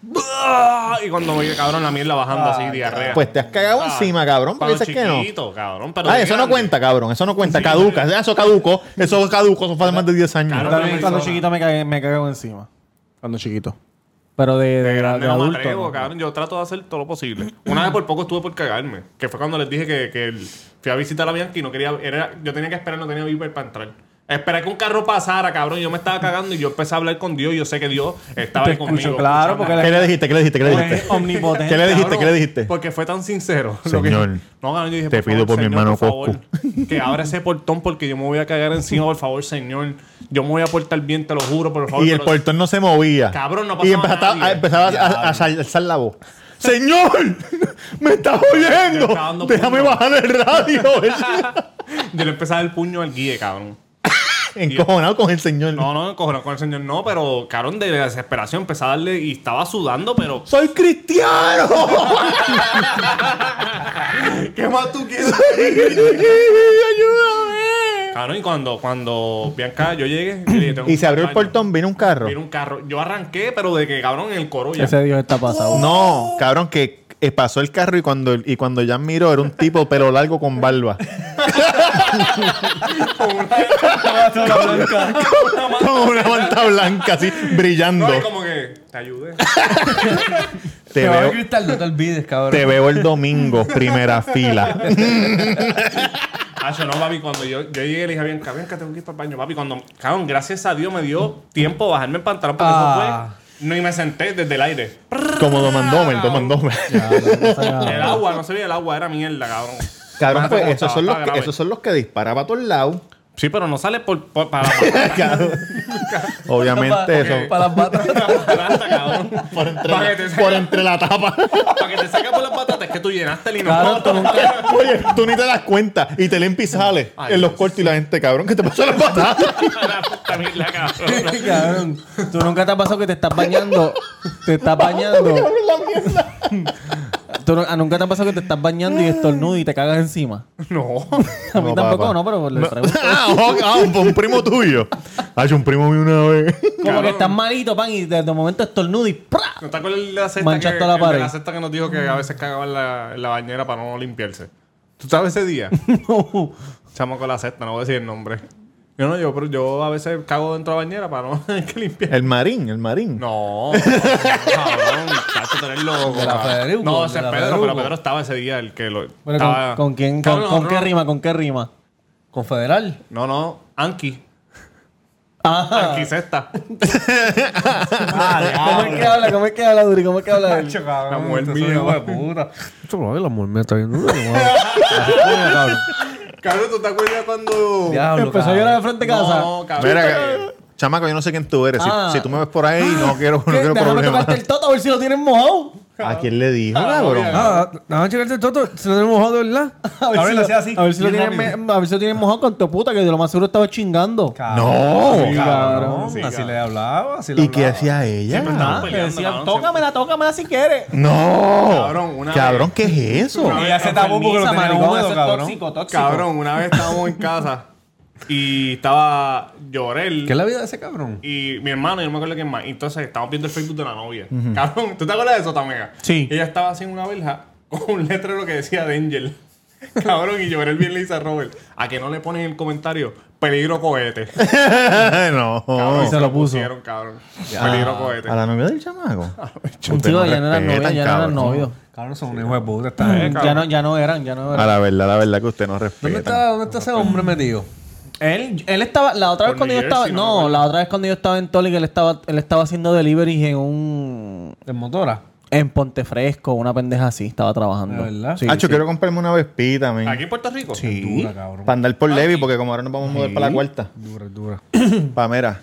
Speaker 4: ¡buah! y cuando me cabrón, la mierda bajando así, diarrea.
Speaker 2: Pues te has cagado encima, cabrón.
Speaker 4: Ah, Cuando
Speaker 2: Dices que no.
Speaker 4: chiquito, cabrón. pero
Speaker 2: Ah,
Speaker 4: de
Speaker 2: eso no
Speaker 4: grande.
Speaker 2: cuenta, cabrón. Eso no cuenta. Caduca. Eso caduco. Eso caduco. Eso fue hace más de 10 años.
Speaker 4: Claro.
Speaker 3: También cuando
Speaker 4: persona.
Speaker 3: chiquito me cagué, me cago encima. Cuando chiquito. Pero de, de,
Speaker 4: De
Speaker 3: de
Speaker 4: grande no
Speaker 3: adulto.
Speaker 4: me atrevo,
Speaker 3: ¿no?
Speaker 4: cabrón. Yo trato de hacer todo lo posible. Una vez por poco estuve por cagarme. Que fue cuando les dije que, que el- fui a visitar a Bianca y no quería. Era, yo tenía que esperar, no tenía viper para entrar. Esperé que un carro pasara, cabrón. Yo me estaba cagando y yo empecé a hablar con Dios. Yo sé que Dios estaba
Speaker 3: Te
Speaker 4: ahí conmigo.
Speaker 3: escucho, claro, porque
Speaker 2: ¿Qué le dijiste? ¿Qué le dijiste? ¿Qué le
Speaker 3: Pues,
Speaker 2: dijiste?
Speaker 3: omnipotente,
Speaker 2: ¿Qué le dijiste?
Speaker 4: Cabrón,
Speaker 2: ¿Qué le dijiste?
Speaker 4: Porque fue tan sincero. Lo que-
Speaker 2: Señor,
Speaker 4: no, cabrón, yo dije,
Speaker 2: te pido por mi
Speaker 4: señor,
Speaker 2: hermano
Speaker 4: favor, Que abra ese portón porque yo me voy a cagar encima, por favor, señor. Yo me voy a portar bien, te lo juro, por favor.
Speaker 2: Y el
Speaker 4: pero-
Speaker 2: portón no se movía.
Speaker 4: Cabrón, no
Speaker 2: Y
Speaker 4: pasaba
Speaker 2: empezaba,
Speaker 4: nadie.
Speaker 2: a, empezaba a- a- a sal- alzar la voz. ¡Señor! ¡Me estás oyendo!
Speaker 4: Yo estaba dando
Speaker 2: ¡Déjame
Speaker 4: puño.
Speaker 2: bajar el radio!
Speaker 4: Yo le empecé a dar el puño al guía, cabrón.
Speaker 2: Encojonado con el señor.
Speaker 4: No, no, encojonado con el señor, no, pero cabrón, de desesperación empecé a darle y estaba sudando, pero.
Speaker 2: ¡Soy cristiano!
Speaker 4: ¿Qué más tú quieres?
Speaker 2: ¡Ayúdame!
Speaker 4: Cabrón, y cuando, cuando Bianca, yo llegué. yo dije, tengo
Speaker 2: Y
Speaker 4: que
Speaker 2: se abrió el
Speaker 4: ir al baño.
Speaker 2: portón, vino un carro.
Speaker 4: Vino un carro. Yo arranqué, pero de que cabrón, en el coro ya.
Speaker 3: Ese Dios está pasado.
Speaker 2: No, cabrón, que eh, pasó el carro y cuando, y cuando ya miró era un tipo pelo largo con barba. con una manta blanca así, brillando.
Speaker 4: No, y como que. Te ayudé.
Speaker 2: te,
Speaker 5: Te va a
Speaker 2: veo,
Speaker 5: cristal, no te olvides, cabrón.
Speaker 2: te veo el domingo, primera fila.
Speaker 4: Ah, yo no, papi, cuando yo, yo llegué le dije a Bianca, Bianca, tengo que ir para el baño, papi. Cuando, cabrón, gracias a Dios me dio tiempo a bajarme el pantalón porque
Speaker 5: Ah.
Speaker 4: eso fue. No, y me senté desde el aire.
Speaker 2: Como Domandomer, Domandomer.
Speaker 4: El agua, no se veía el agua, era mierda, cabrón.
Speaker 2: Cabrón,
Speaker 4: Imagínate
Speaker 2: pues
Speaker 4: cómo
Speaker 2: esos
Speaker 4: estaba,
Speaker 2: son, los
Speaker 4: estaba
Speaker 2: que,
Speaker 4: grave.
Speaker 2: esos son los que disparan para todos lados.
Speaker 4: Sí, pero no sale por, por- para la
Speaker 2: Cabrón. Obviamente eso.
Speaker 5: Para las patas.
Speaker 4: patata, cabrón.
Speaker 2: Por
Speaker 4: Para que te
Speaker 2: entre,
Speaker 4: saque-
Speaker 2: por entre la tapa.
Speaker 4: Para que te saque por las patatas, es que tú llenaste el
Speaker 3: Claro, tú
Speaker 4: inodoro.
Speaker 3: nunca-
Speaker 2: Oye, tú ni te das cuenta. Y te limpias y sale
Speaker 4: Ay,
Speaker 2: en los
Speaker 4: Dios.
Speaker 2: cortos y la gente, cabrón, que te pasó la patada.
Speaker 4: La puta mierda, cabrón.
Speaker 3: Cabrón, tú nunca te ha pasado que te estás bañando. Te estás bañando. Tú nu- ah, nunca te ha pasado que te estás bañando y estornudas y te cagas encima.
Speaker 4: No.
Speaker 3: A mí
Speaker 2: No,
Speaker 3: tampoco,
Speaker 2: papá.
Speaker 3: no, pero le pregunto.
Speaker 2: ah, ok, ah, un, un primo tuyo. Ay, Ah, un primo mío una vez.
Speaker 3: Como que estás malito, pan, y de, de momento estornudas y ¡pra!
Speaker 4: ¿No te acuerdas de la cesta?
Speaker 3: Manchaste
Speaker 4: que,
Speaker 3: la
Speaker 4: el de
Speaker 3: pared.
Speaker 4: La cesta que nos dijo que a veces cagaba en la, en la bañera para no limpiarse. ¿Tú sabes ese día?
Speaker 3: No.
Speaker 4: Chamo con la cesta, no voy a decir el nombre. Yo no, yo, pero yo a veces cago dentro de la bañera para no tener que limpiar.
Speaker 2: El marín, el marín.
Speaker 4: No, cabrón, chacho, tú eres loco.
Speaker 5: De la
Speaker 4: cabrón.
Speaker 5: Federico,
Speaker 4: no,
Speaker 5: de
Speaker 4: ese es
Speaker 5: la
Speaker 4: Pedro, pero
Speaker 5: Federico.
Speaker 4: Pedro estaba ese día el que lo.
Speaker 3: Pero
Speaker 4: estaba-
Speaker 3: con, con quién, con,
Speaker 4: Cabrón,
Speaker 3: con qué
Speaker 4: nosotros-
Speaker 3: rima, con qué rima.
Speaker 5: Confederal.
Speaker 4: No, no, Anki.
Speaker 3: Ajá.
Speaker 4: Anki Cesta.
Speaker 5: Ah,
Speaker 3: ¿Cómo es que habla? ¿Cómo es que habla, Duri? ¿Cómo es que habla él?
Speaker 5: La mujer
Speaker 4: mujer mía,
Speaker 5: mía,
Speaker 4: güey.
Speaker 5: puta. La mujer mía está viendo. Cabrón.
Speaker 4: Cabrón, ¿tú te acuerdas cuando.
Speaker 5: Diablo,
Speaker 3: Empezó a
Speaker 5: cabrón.
Speaker 3: llorar de frente a casa.
Speaker 4: No, cabrón.
Speaker 2: Mira, que- chamaco, yo no sé quién tú eres. Si-
Speaker 3: Ah.
Speaker 2: Si, tú me ves por ahí, no quiero, no
Speaker 3: ¿Qué?
Speaker 2: quiero
Speaker 3: Déjame
Speaker 2: problemas.
Speaker 3: tocarte el toto a ver si lo tienen mojado.
Speaker 2: ¿A quién le dijo,
Speaker 4: Ah,
Speaker 2: cabrón?
Speaker 4: obvio.
Speaker 5: Ah, nada, a checarte todo. Se lo tenemos mojado, ¿verdad?
Speaker 3: A ver, si, lo,
Speaker 5: hacía así,
Speaker 3: a ver si lo
Speaker 5: bien
Speaker 3: tienen, me- a ver si lo tienen mojado con tu puta, que de lo más seguro estaba chingando.
Speaker 2: No.
Speaker 5: Sí, cabrón.
Speaker 4: Sí,
Speaker 5: Así
Speaker 4: cabrón.
Speaker 5: le hablaba. Así le
Speaker 2: ¿Y qué
Speaker 5: hablaba.
Speaker 2: hacía ella?
Speaker 4: Siempre estaba-
Speaker 3: Ah,
Speaker 4: peleando,
Speaker 3: le decían,
Speaker 4: cabrón,
Speaker 3: tócamela, tócamela si quieres.
Speaker 2: No.
Speaker 4: Cabrón, una
Speaker 2: Cabrón, ¿qué es eso?
Speaker 4: Una
Speaker 5: Y ya se tapó porque lo
Speaker 3: Esa,
Speaker 5: tenía
Speaker 3: maricón, eso
Speaker 5: húmedo,
Speaker 3: es
Speaker 5: cabrón.
Speaker 3: tóxico, tóxico.
Speaker 4: Cabrón, una vez estábamos en casa y estaba Llorel.
Speaker 5: ¿Qué es la vida de ese cabrón?
Speaker 4: y mi hermano, yo no me acuerdo quién más. Y Entonces estábamos viendo el Facebook de la novia. Cabrón, ¿tú te acuerdas de eso, Tamega?
Speaker 3: Sí.
Speaker 4: Ella estaba haciendo una verja con un letrero que decía Danger. Cabrón, y Llorel bien le dice a Robert, a que no le ponen en el comentario peligro cohete.
Speaker 2: no.
Speaker 4: Cabrón,
Speaker 3: se lo puso.
Speaker 4: pusieron, cabrón. Peligro cohete.
Speaker 2: ¿A la novia del chamaco?
Speaker 3: Un
Speaker 2: Ustedes
Speaker 3: tío
Speaker 2: no
Speaker 3: ya no eran novios,
Speaker 2: respetan,
Speaker 3: ya no eran
Speaker 2: cabrón.
Speaker 3: novios.
Speaker 5: Cabrón, Eh, son un hijo de puta. Está bien.
Speaker 4: cabrón.
Speaker 3: Ya no, ya no eran, ya no
Speaker 2: A
Speaker 3: eran.
Speaker 2: la verdad, la verdad que usted no respeta.
Speaker 5: ¿Dónde está, ¿Dónde está ese hombre metido?
Speaker 3: Él, él estaba, la otra vez
Speaker 4: Por
Speaker 3: cuando
Speaker 4: New
Speaker 3: yo estaba,
Speaker 4: Jersey, no me
Speaker 3: no,
Speaker 4: acuerdo.
Speaker 3: la otra vez cuando yo estaba en Tolic, él estaba, él estaba haciendo deliveries en un,
Speaker 5: ¿De motora?
Speaker 3: en Ponte Fresco, una pendeja así, estaba trabajando.
Speaker 5: ¿De verdad?
Speaker 3: Sí,
Speaker 2: Hacho,
Speaker 3: sí.
Speaker 2: quiero comprarme una vespita, men.
Speaker 4: ¿Aquí en Puerto Rico?
Speaker 2: Sí.
Speaker 5: Dura, cabrón.
Speaker 2: Para andar por Levi, porque como ahora nos vamos a mover para la cuarta.
Speaker 5: Dura, dura.
Speaker 2: Pa' mera.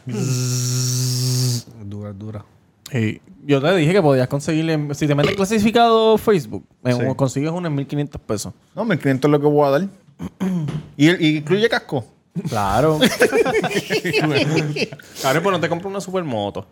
Speaker 5: Dura, dura.
Speaker 3: Y yo te dije que podías conseguirle, en- si te metes clasificado Facebook, en-
Speaker 2: Sí.
Speaker 3: consigues uno en 1500 pesos.
Speaker 2: No, 1500 es lo que voy a dar. ¿Y, el- y incluye casco?
Speaker 3: Claro.
Speaker 4: Cabrón, pues no te compro una supermoto.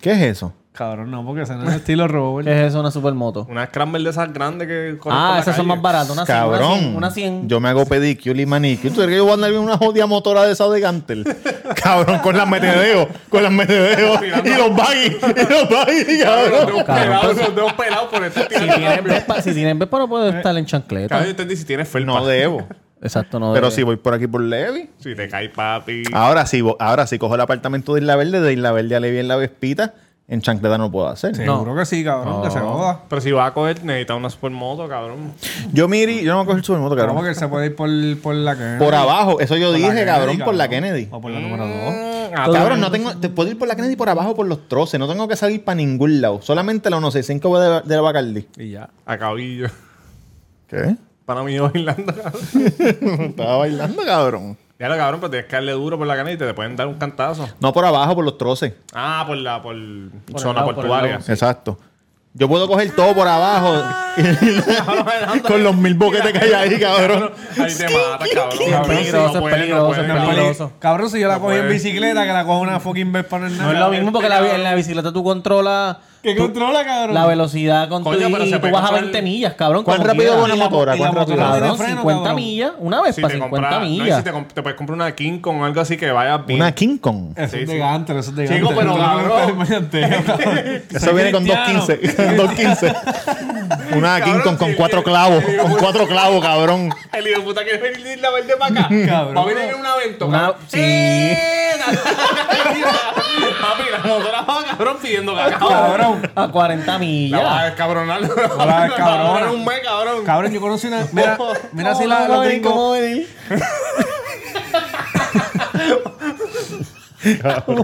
Speaker 2: ¿Qué es eso?
Speaker 5: Cabrón, no, porque se no es estilo Robert.
Speaker 3: ¿Qué es eso? Una supermoto.
Speaker 4: Una Scramble de esas grandes que... corren por
Speaker 3: Ah,
Speaker 4: la
Speaker 3: esas son
Speaker 4: calle.
Speaker 3: más baratas. Una cien, una
Speaker 2: Cabrón.
Speaker 3: cien, Una 100.
Speaker 2: Yo me hago pedicure y manicure. ¿Tú crees que yo voy a andar en una jodida motora de esa de Gantel? Cabrón, con las metedeo. Con las metedeo. y los baggy. Y los baggy,
Speaker 4: Los
Speaker 2: cabrón.
Speaker 4: dedos pelados, los dedos pelados por estar
Speaker 3: pues, Si
Speaker 4: tirando.
Speaker 3: tienes vespa, si tienes vespa no
Speaker 4: Eh,
Speaker 3: puedes estar en chancleta.
Speaker 4: Cabrón, yo entendí si tienes felpa.
Speaker 2: No debo.
Speaker 3: Exacto, no.
Speaker 2: Pero
Speaker 3: debe.
Speaker 2: si voy por aquí por Levi.
Speaker 4: Si te cae papi.
Speaker 2: Ahora sí, vo- ahora sí cojo el apartamento de Isla Verde. De Isla Verde a Levi en la Vespita. En chancleta no puedo hacer.
Speaker 5: Seguro que sí, cabrón, que se joda.
Speaker 4: Pero si vas a coger, necesitas una supermoto, cabrón.
Speaker 2: Yo miri, yo no voy a coger el supermoto,
Speaker 5: Claro,
Speaker 2: cabrón.
Speaker 5: porque se puede ir por, por la Kennedy.
Speaker 2: Por abajo. Eso yo
Speaker 5: Por la
Speaker 2: dije,
Speaker 5: Kennedy, Oh,
Speaker 2: cabrón, por la Kennedy.
Speaker 5: O por la
Speaker 3: Mm,
Speaker 5: número 2.
Speaker 4: Ah,
Speaker 2: Cabrón, no tengo, te puedo ir por la Kennedy por abajo por los troces, no tengo que salir para ningún lado. Solamente la 165 va de, de la Bacardi.
Speaker 5: Y ya.
Speaker 4: A cabillo.
Speaker 2: ¿Qué?
Speaker 4: Para mí, bailando, cabrón.
Speaker 2: Estaba bailando, cabrón.
Speaker 4: Ya lo cabrón, pero tienes que darle duro por la caneta y te pueden dar un cantazo.
Speaker 2: No por abajo, por los troces.
Speaker 4: Ah, por la por
Speaker 3: Por
Speaker 4: zona
Speaker 3: el lado, por el
Speaker 4: portuaria.
Speaker 3: lado.
Speaker 2: Ah, Exacto. Yo puedo coger todo por abajo. Con los mil boquetes que hay ahí, cabrón.
Speaker 4: Ahí te mata, cabrón.
Speaker 3: Sí, es
Speaker 4: Cabrón,
Speaker 3: peligroso,
Speaker 4: si
Speaker 3: es
Speaker 4: no puedes,
Speaker 3: peligroso,
Speaker 4: no puedes,
Speaker 3: es
Speaker 4: cabrón.
Speaker 3: peligroso.
Speaker 5: Cabrón, si yo la
Speaker 4: No
Speaker 5: cogí en
Speaker 4: puede.
Speaker 5: bicicleta, que la cojo una fucking vez para el
Speaker 3: No es lo mismo porque la, en la bicicleta tú controlas
Speaker 5: ¿Qué controla, cabrón?
Speaker 3: la velocidad con tu-
Speaker 4: Coño, pero
Speaker 3: y
Speaker 4: se
Speaker 3: tú
Speaker 4: puede
Speaker 3: vas a
Speaker 4: comprar-
Speaker 3: 20 millas, cabrón.
Speaker 2: ¿Cuán
Speaker 3: como
Speaker 2: rápido
Speaker 3: quieras.
Speaker 2: va una motora?
Speaker 5: y
Speaker 2: ¿Cuán
Speaker 5: la
Speaker 2: rápido
Speaker 5: motora
Speaker 2: va?
Speaker 5: tiene
Speaker 3: Cabrón,
Speaker 5: freno,
Speaker 3: 50
Speaker 5: cabrón.
Speaker 3: millas. Una vez
Speaker 4: Si
Speaker 3: para
Speaker 4: te
Speaker 3: 50
Speaker 4: compras, no, y
Speaker 3: millas.
Speaker 4: si te, comp- te puedes comprar una King Kong o algo así que vaya bien.
Speaker 2: Una King Kong.
Speaker 5: Eso es
Speaker 4: Sí,
Speaker 5: de
Speaker 4: sí.
Speaker 5: Gantel, eso es de Gantel.
Speaker 4: Chico, pero,
Speaker 5: Tú no
Speaker 4: cabrón.
Speaker 5: estás imaginando, cabrón.
Speaker 2: Eso viene con 215. 215. Una King Kong con cuatro clavos. Con cuatro clavos, cabrón.
Speaker 4: El hijo de puta quiere venir de Isla Verde para acá.
Speaker 5: Cabrón.
Speaker 4: Va a venir en un evento.
Speaker 3: Una-
Speaker 4: cabrón.
Speaker 3: sí.
Speaker 4: ¡Eh! Papi, la motora va cabrón pidiendo cacao.
Speaker 5: Cabrón.
Speaker 3: A 40
Speaker 4: La vas a
Speaker 3: millas.
Speaker 4: descabronar. La
Speaker 5: vas a
Speaker 4: vas
Speaker 5: descabronar.
Speaker 4: en un mes, cabrón.
Speaker 5: Cabrón, yo conocí una. Mira, mira si la,
Speaker 3: ¿Cómo
Speaker 5: los
Speaker 3: va a venir? ¿Cómo
Speaker 5: gringos.
Speaker 3: va a venir?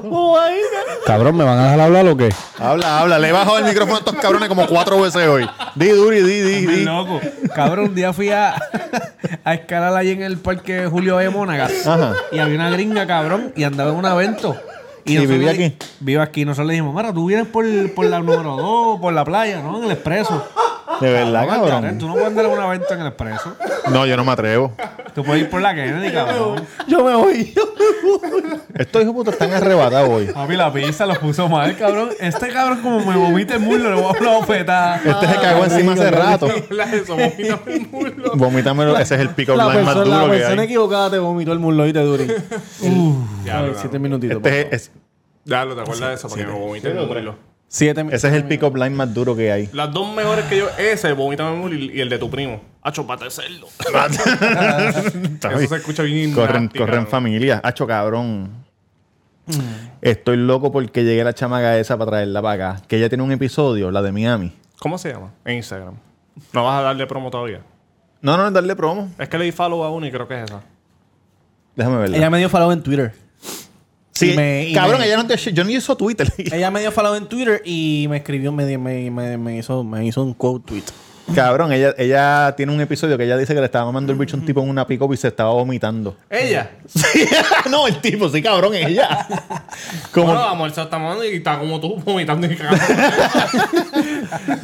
Speaker 8: Cabrón, ¿me van a dejar hablar o qué?
Speaker 2: Habla, habla. Le he bajado el micrófono a estos cabrones como cuatro veces hoy. Di, Duri, di, di,
Speaker 5: Bien
Speaker 2: di.
Speaker 5: loco. Cabrón, un día fui a, a escalar ahí en el parque Julio de Monagas.
Speaker 2: Ajá.
Speaker 5: Y había una gringa, cabrón, y andaba en un evento.
Speaker 2: ¿Y
Speaker 5: nosotros
Speaker 2: vivía
Speaker 5: le-
Speaker 2: aquí?
Speaker 5: Vivo aquí. Nosotros le dijimos, mira, tú vienes por, por la número 2, por la playa, ¿no? En el expreso.
Speaker 2: De verdad,
Speaker 5: Cabrón, Tú
Speaker 2: cabrón.
Speaker 5: no ¿eh? puedes andar en un evento en el expreso.
Speaker 2: No, yo no me atrevo.
Speaker 5: Tú puedes ir por la Kennedy, cabrón.
Speaker 3: Yo me voy.
Speaker 2: Estos hijos putos están arrebatados hoy.
Speaker 5: Papi, la pizza los puso mal, cabrón. Este cabrón, como me vomita el muslo, le voy a dar una bofetada.
Speaker 2: Este se
Speaker 3: Ah,
Speaker 2: cagó encima hace rato.
Speaker 4: La de somos un muslo.
Speaker 2: Vomítamelo. Ese es el pick-up
Speaker 3: La
Speaker 2: line más
Speaker 3: persona, la
Speaker 2: duro que
Speaker 3: persona
Speaker 2: hay.
Speaker 3: equivocada te vomitó el muslo y te duré.
Speaker 4: Ya, lo,
Speaker 3: Siete minutitos. por
Speaker 2: Este
Speaker 3: favor.
Speaker 2: es,
Speaker 4: ya lo te acuerdas de eso para que me vomite el muslo.
Speaker 3: Siete mi-
Speaker 2: ese es el pick-up line más duro que hay.
Speaker 4: Las dos mejores que yo, ese, vomítame el muslo y, y el de tu primo. Hacho, pata de cerdo.
Speaker 2: Está
Speaker 4: Eso
Speaker 2: bien.
Speaker 4: se escucha bien.
Speaker 2: Corren,
Speaker 4: nasty,
Speaker 2: corren
Speaker 4: cabrón.
Speaker 2: familia. Hacho, cabrón.
Speaker 3: Mm.
Speaker 2: Estoy loco porque llegué a la chamaga esa para traerla para acá. Que ella tiene un episodio, la de Miami.
Speaker 4: ¿Cómo se llama? En Instagram. No vas a darle promo todavía.
Speaker 2: No, no, darle promo.
Speaker 4: Es que le di follow a uno y creo que es esa.
Speaker 2: Déjame verla.
Speaker 3: Ella me dio follow en Twitter.
Speaker 2: sí,
Speaker 3: y me- y
Speaker 2: cabrón,
Speaker 3: me-
Speaker 2: ella no te... Yo ni uso Twitter.
Speaker 3: Ella me dio follow en Twitter y me escribió, me, me, me, me hizo, me hizo un quote tweet.
Speaker 2: cabrón, ella, ella tiene un episodio que ella dice que le estaba mamando el bicho a un tipo en una pick-up y se estaba vomitando.
Speaker 4: Ella.
Speaker 2: Sí, no, el tipo, sí, cabrón, ella. Como,
Speaker 4: Bueno, amor, se está mamando y está como tú vomitando y cagando.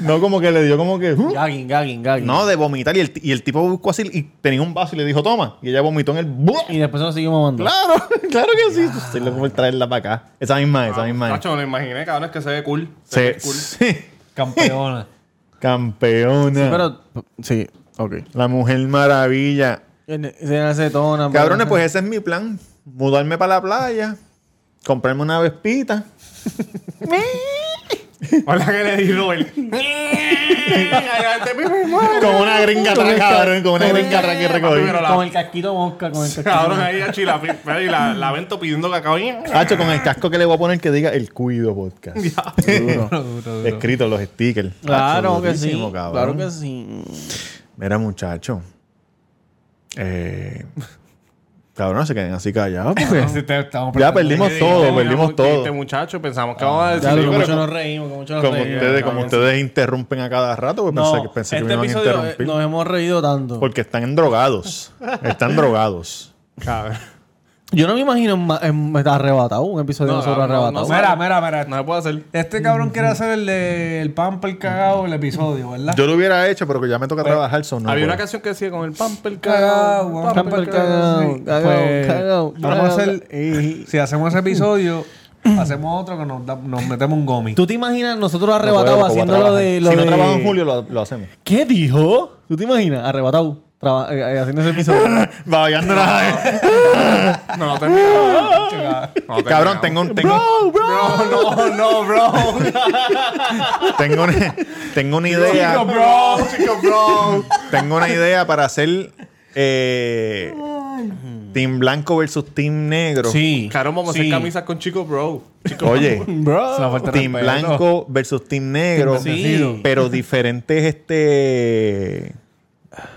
Speaker 2: no, como que le dio como que... "Uh".
Speaker 3: Gagging, gagging, gagging.
Speaker 2: No, de vomitar. Y el, y el tipo buscó así y tenía un vaso y le dijo, toma. Y ella vomitó en el...
Speaker 3: Y después nos seguimos mandando.
Speaker 2: Claro, claro que sí. Estoy loco por traerla para acá. Esa misma, esa misma.
Speaker 4: Hacho, me lo imaginé, cabrón, es que se ve cool. Se
Speaker 2: Se-
Speaker 4: ve cool.
Speaker 2: sí.
Speaker 5: Campeona.
Speaker 2: Campeona.
Speaker 3: Pero, sí, ok.
Speaker 2: La mujer maravilla.
Speaker 3: Se hace tona.
Speaker 2: Cabrones, pues ese es mi plan. Mudarme para la playa. Comprarme una vespita.
Speaker 4: Hola, que le di Robert.
Speaker 2: Con una gringa atrás, cabrón. Con una gringa atrás que recogí.
Speaker 4: Pero la-
Speaker 3: Con el casquito mosca, con el casquito.
Speaker 4: Cabrón, ahí a Chila. Pero y la, la vento pidiendo cacao.
Speaker 2: Hacho, con el casco que le voy a poner que diga el cuido podcast. Escrito los stickers.
Speaker 3: Claro
Speaker 2: Hacho,
Speaker 3: que sí.
Speaker 2: durísimo, cabrón.
Speaker 3: Claro que sí.
Speaker 2: Mira, muchacho. Eh, cabrón, no se queden así callados. porque
Speaker 5: Sí, te- estamos
Speaker 2: ya
Speaker 5: perdiendo.
Speaker 2: perdimos todo, perdimos todo.
Speaker 4: Este muchacho, pensamos que vamos a decir.
Speaker 3: Ya,
Speaker 4: Yo
Speaker 3: pero
Speaker 4: creo
Speaker 3: mucho
Speaker 4: que-
Speaker 3: nos reímos, con mucho nos
Speaker 2: Como
Speaker 3: reímos.
Speaker 2: ustedes, como
Speaker 3: cabrón.
Speaker 2: ustedes interrumpen a cada rato, pues
Speaker 3: No,
Speaker 2: pensé que, pensé que
Speaker 3: este
Speaker 2: me iban a
Speaker 3: episodio eh,
Speaker 2: interrumpir.
Speaker 3: nos hemos reído tanto.
Speaker 2: Porque están drogados. Están drogados.
Speaker 4: Cabrón.
Speaker 3: Yo no me imagino en, ma- en arrebatado, un episodio de
Speaker 4: No,
Speaker 3: nosotros
Speaker 4: no, no,
Speaker 3: arrebatados.
Speaker 4: no.
Speaker 5: Mira, mira, mira.
Speaker 4: No se puede hacer.
Speaker 5: Este cabrón quiere hacer el de el pamper cagado el episodio, ¿verdad?
Speaker 2: Yo lo hubiera hecho, pero que ya me
Speaker 3: Pues,
Speaker 2: toca trabajar, son no
Speaker 4: Había una
Speaker 2: puedo.
Speaker 4: canción que decía con el pamper
Speaker 5: Cagao,
Speaker 4: cagao.
Speaker 5: pamper
Speaker 4: pamper
Speaker 5: cagao.
Speaker 4: cagao.
Speaker 5: sí. Pues, vamos a hacer- Si hacemos ese episodio, hacemos otro que nos, da- nos metemos un gomi.
Speaker 3: ¿Tú te imaginas nosotros
Speaker 2: No puedo,
Speaker 3: arrebatados
Speaker 2: porque voy a
Speaker 3: haciendo lo
Speaker 2: trabajar.
Speaker 3: de... Lo
Speaker 2: si no
Speaker 3: de-
Speaker 2: trabajo en julio, lo, lo hacemos.
Speaker 3: ¿Qué dijo? ¿Tú te imaginas? Arrebatado. traba- eh, eh, haciendo ese episodio.
Speaker 2: Bailando la-
Speaker 4: No, no terminaba. No,
Speaker 2: Cabrón,
Speaker 4: terminaba.
Speaker 2: tengo, un- tengo,
Speaker 4: Bro, no, no, bro.
Speaker 2: tengo, una, tengo una idea.
Speaker 4: Chico, bro. Chico, bro.
Speaker 2: Tengo una idea para hacer eh, Team Blanco versus Team Negro.
Speaker 5: Sí.
Speaker 4: Cabrón, vamos a hacer
Speaker 5: Sí.
Speaker 4: camisas con chico, bro. Chico,
Speaker 2: Oye,
Speaker 5: Es una falta de
Speaker 2: Team
Speaker 5: respeto.
Speaker 2: Blanco versus Team Negro.
Speaker 5: Team Bendecido.
Speaker 2: Pero diferentes, este.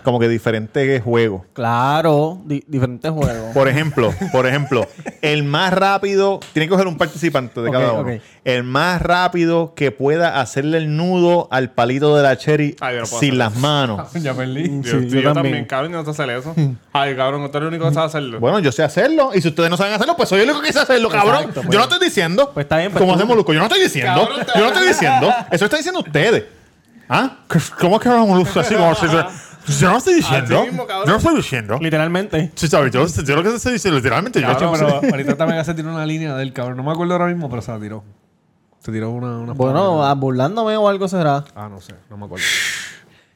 Speaker 2: Como que diferentes juegos.
Speaker 3: claro, di- diferentes juegos.
Speaker 2: Por ejemplo, por ejemplo, el más rápido, tiene que coger un participante de
Speaker 3: Ok,
Speaker 2: cada uno.
Speaker 3: ok.
Speaker 2: El más rápido que pueda hacerle el nudo al palito de la cherry
Speaker 4: Ay, yo no puedo
Speaker 2: sin
Speaker 4: hacer
Speaker 2: las manos.
Speaker 5: Ya perdí.
Speaker 4: Dios,
Speaker 3: Sí, yo
Speaker 4: yo, también.
Speaker 3: también.
Speaker 4: cabrón, yo no te hacer eso. Ay, cabrón, usted es el único que sabe hacerlo.
Speaker 2: Bueno, yo sé hacerlo. Y si ustedes no saben hacerlo, pues soy el único que sé hacerlo, cabrón.
Speaker 3: Exacto,
Speaker 2: Yo
Speaker 3: pues.
Speaker 2: no estoy diciendo.
Speaker 3: Pues está bien, pues
Speaker 2: como
Speaker 3: tú-
Speaker 2: hace Molusco. Yo no estoy diciendo.
Speaker 4: Cabrón,
Speaker 2: yo
Speaker 4: te-
Speaker 2: no estoy diciendo. Eso está diciendo ustedes. ¿Ah? ¿Cómo es que habla Molusco así? Como si yo no estoy diciendo.
Speaker 4: mismo,
Speaker 2: yo
Speaker 4: cabrón.
Speaker 2: no estoy diciendo.
Speaker 3: Literalmente.
Speaker 2: Sí, sabes, yo, yo lo que estoy diciendo, literalmente yo.
Speaker 5: Cabrón, pero ahorita también se tiró una línea del cabrón. No me acuerdo ahora mismo, pero se la tiró. Se tiró una. una
Speaker 3: Bueno, ah, burlándome o algo será.
Speaker 5: Ah, no sé, no me acuerdo.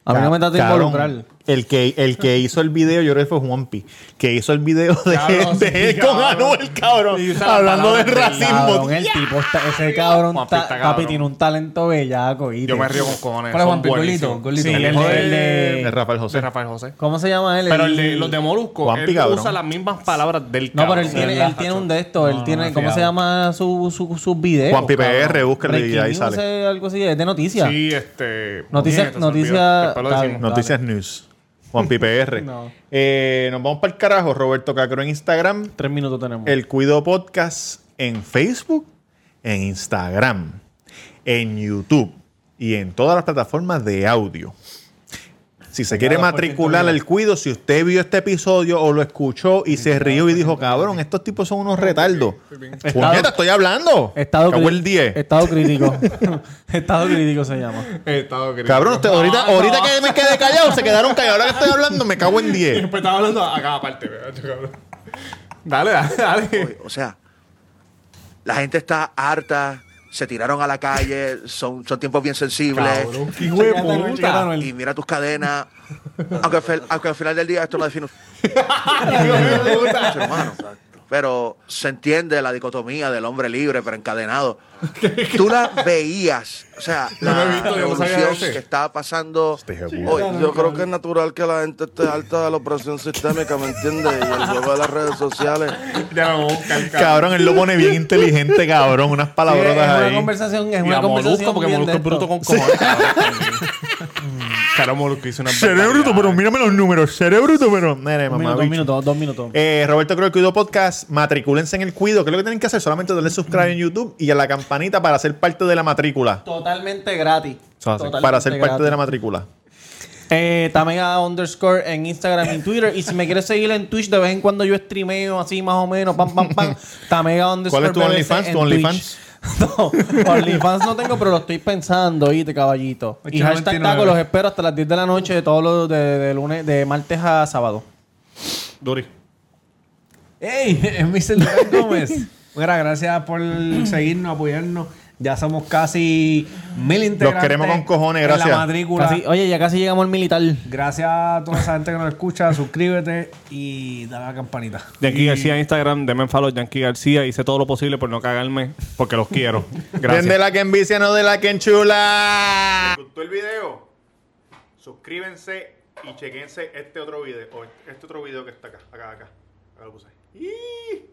Speaker 3: A mí no me trata de
Speaker 2: Cabrón,
Speaker 3: involucrar.
Speaker 2: El que, el que hizo el video, yo creo que fue Juanpi, que hizo el video de,
Speaker 4: Cabrón, sí,
Speaker 2: de él
Speaker 4: cabrón.
Speaker 2: con Anuel,
Speaker 4: Y
Speaker 2: cabrón,
Speaker 4: usa las
Speaker 2: hablando de
Speaker 4: palabras del
Speaker 2: racismo.
Speaker 3: Cabrón, el tipo está- ese cabrón,
Speaker 4: Juanpi
Speaker 3: ta-
Speaker 4: está
Speaker 3: papi,
Speaker 4: cabrón.
Speaker 3: tiene un talento bellaco. ¿viste?
Speaker 4: Yo me río con cojones.
Speaker 5: ¿Cuál es
Speaker 4: son
Speaker 5: Juan Pico? Golito,
Speaker 4: buenísimos.
Speaker 5: Golito.
Speaker 4: Sí,
Speaker 5: El
Speaker 4: el
Speaker 3: hijo
Speaker 4: de,
Speaker 3: del de-
Speaker 2: De Rafael José.
Speaker 4: de Rafael José.
Speaker 3: ¿Cómo se llama él?
Speaker 4: Pero el de, los de Molusco,
Speaker 2: Juan
Speaker 4: él
Speaker 2: Pico,
Speaker 4: usa
Speaker 2: cabrón.
Speaker 4: las mismas palabras del
Speaker 3: No, pero
Speaker 4: cabrón.
Speaker 3: él tiene, él tiene un de estos. Él tiene, ¿cómo
Speaker 5: fiado.
Speaker 3: se llama su, su, sus videos?
Speaker 2: Juan Pi
Speaker 3: cabrón?
Speaker 2: PR, búsquenlo y
Speaker 3: Breaking
Speaker 2: ahí
Speaker 3: News,
Speaker 2: sale.
Speaker 3: eh, Algo así, es de noticias.
Speaker 4: Sí, este...
Speaker 3: Noticias-
Speaker 4: puñeta, se me
Speaker 3: noticias-
Speaker 4: olvidó. Después lo
Speaker 3: está bien.
Speaker 4: decimos.
Speaker 2: Noticias News. Juan PR.
Speaker 3: No.
Speaker 2: Eh, nos vamos para el carajo. Roberto Cacro en Instagram.
Speaker 3: Tres minutos tenemos.
Speaker 2: El Cuido Podcast en Facebook, en Instagram, en YouTube y en todas las plataformas de audio. Si se quiere matricular al Cuido, si usted vio este episodio o lo escuchó y se rió y dijo, cabrón, estos tipos son unos retardos. Puñeta, estoy hablando.
Speaker 3: Estado,
Speaker 2: Cago
Speaker 3: cri-
Speaker 2: el 10.
Speaker 3: Estado crítico. Estado crítico se llama.
Speaker 4: Eh, estaba querido.
Speaker 2: Cabrón, usted- ahorita,
Speaker 4: No,
Speaker 2: ahorita
Speaker 4: no.
Speaker 2: que me quedé callado, se quedaron callados. Ahora que estoy hablando, me cago en 10.
Speaker 4: Siempre estaba hablando a cada parte, ¿verdad? cabrón. Dale, dale, dale.
Speaker 6: O sea, la gente está harta, se tiraron a la calle, son, son tiempos bien sensibles.
Speaker 4: Hijo de
Speaker 5: puta.
Speaker 6: Y mira tus cadenas. aunque, al fel- aunque al final del día esto lo define ser humano. Pero se entiende la dicotomía del hombre libre, pero encadenado. Tú la veías, o sea,
Speaker 4: Yo no he
Speaker 6: la
Speaker 4: visto, yo no sabía
Speaker 6: revolución
Speaker 4: ese.
Speaker 6: que está pasando
Speaker 2: hijo de
Speaker 6: hoy.
Speaker 9: Yo creo que es natural que la gente esté alta de la opresión sistémica, ¿me entiendes? Y el juego de las redes sociales.
Speaker 4: Ya me voy a buscar, cabrón.
Speaker 2: Cabrón, él lo pone bien inteligente, cabrón. Unas
Speaker 3: Sí, es
Speaker 2: palabrotas
Speaker 3: una
Speaker 2: ahí.
Speaker 3: conversación, es
Speaker 4: Y
Speaker 3: una
Speaker 4: a
Speaker 3: conversación.
Speaker 4: Molusco, porque
Speaker 3: bien
Speaker 4: Molusco
Speaker 3: de
Speaker 4: es bruto
Speaker 3: esto.
Speaker 4: con cojones. cabrón. Cabrón, Molusco hizo una
Speaker 2: Cerebro,
Speaker 4: barbaridad.
Speaker 2: pero mírame los números. Cerebro, pero. Nere,
Speaker 3: Dos
Speaker 2: mamá, bicho.
Speaker 3: minutos, dos minutos, dos minutos.
Speaker 2: Eh, Roberto Creo el Cuido Podcast, matricúlense en el Cuido. ¿Qué es lo que tienen que hacer? Solamente darle subscribe en YouTube y a la campanita para ser parte de la matrícula.
Speaker 3: Totalmente gratis. Totalmente
Speaker 2: para ser parte
Speaker 3: gratis.
Speaker 2: de la matrícula.
Speaker 3: Eh, Tamega underscore en Instagram y Twitter. Y si me quieres seguir en Twitch, de vez en cuando yo streameo así más o menos, pam, pam, pam. Tamega underscore
Speaker 2: ¿Cuál es tu
Speaker 3: BBC
Speaker 2: OnlyFans?
Speaker 3: en
Speaker 2: ¿Tu
Speaker 3: Twitch.
Speaker 2: OnlyFans?
Speaker 3: No, OnlyFans no tengo, pero lo estoy pensando, oíste, caballito. Y
Speaker 5: 8.99.
Speaker 3: hashtag taco los espero hasta las 10 de la noche de todos los de, de lunes, de martes a sábado.
Speaker 4: Duri.
Speaker 5: ¡Ey! Es Mr. Durán Gómez. Mira, gracias por seguirnos, apoyarnos. Ya somos casi mil integrantes.
Speaker 2: queremos con cojones,
Speaker 5: en
Speaker 2: gracias.
Speaker 5: la matrícula.
Speaker 3: Casi- oye, ya casi llegamos al militar.
Speaker 5: Gracias a toda esa gente que nos escucha. Suscríbete y dale a la campanita.
Speaker 4: Yankee García en Instagram, denme en follow Yankee García. Hice todo lo posible por no cagarme, porque los quiero.
Speaker 2: Bien de
Speaker 4: Gracias.
Speaker 2: la que envicia, no de la que enchula.
Speaker 10: gustó el video, suscríbense y chequense este otro video, o este otro video que está acá, acá, acá. Acá lo puse. ¡Ih!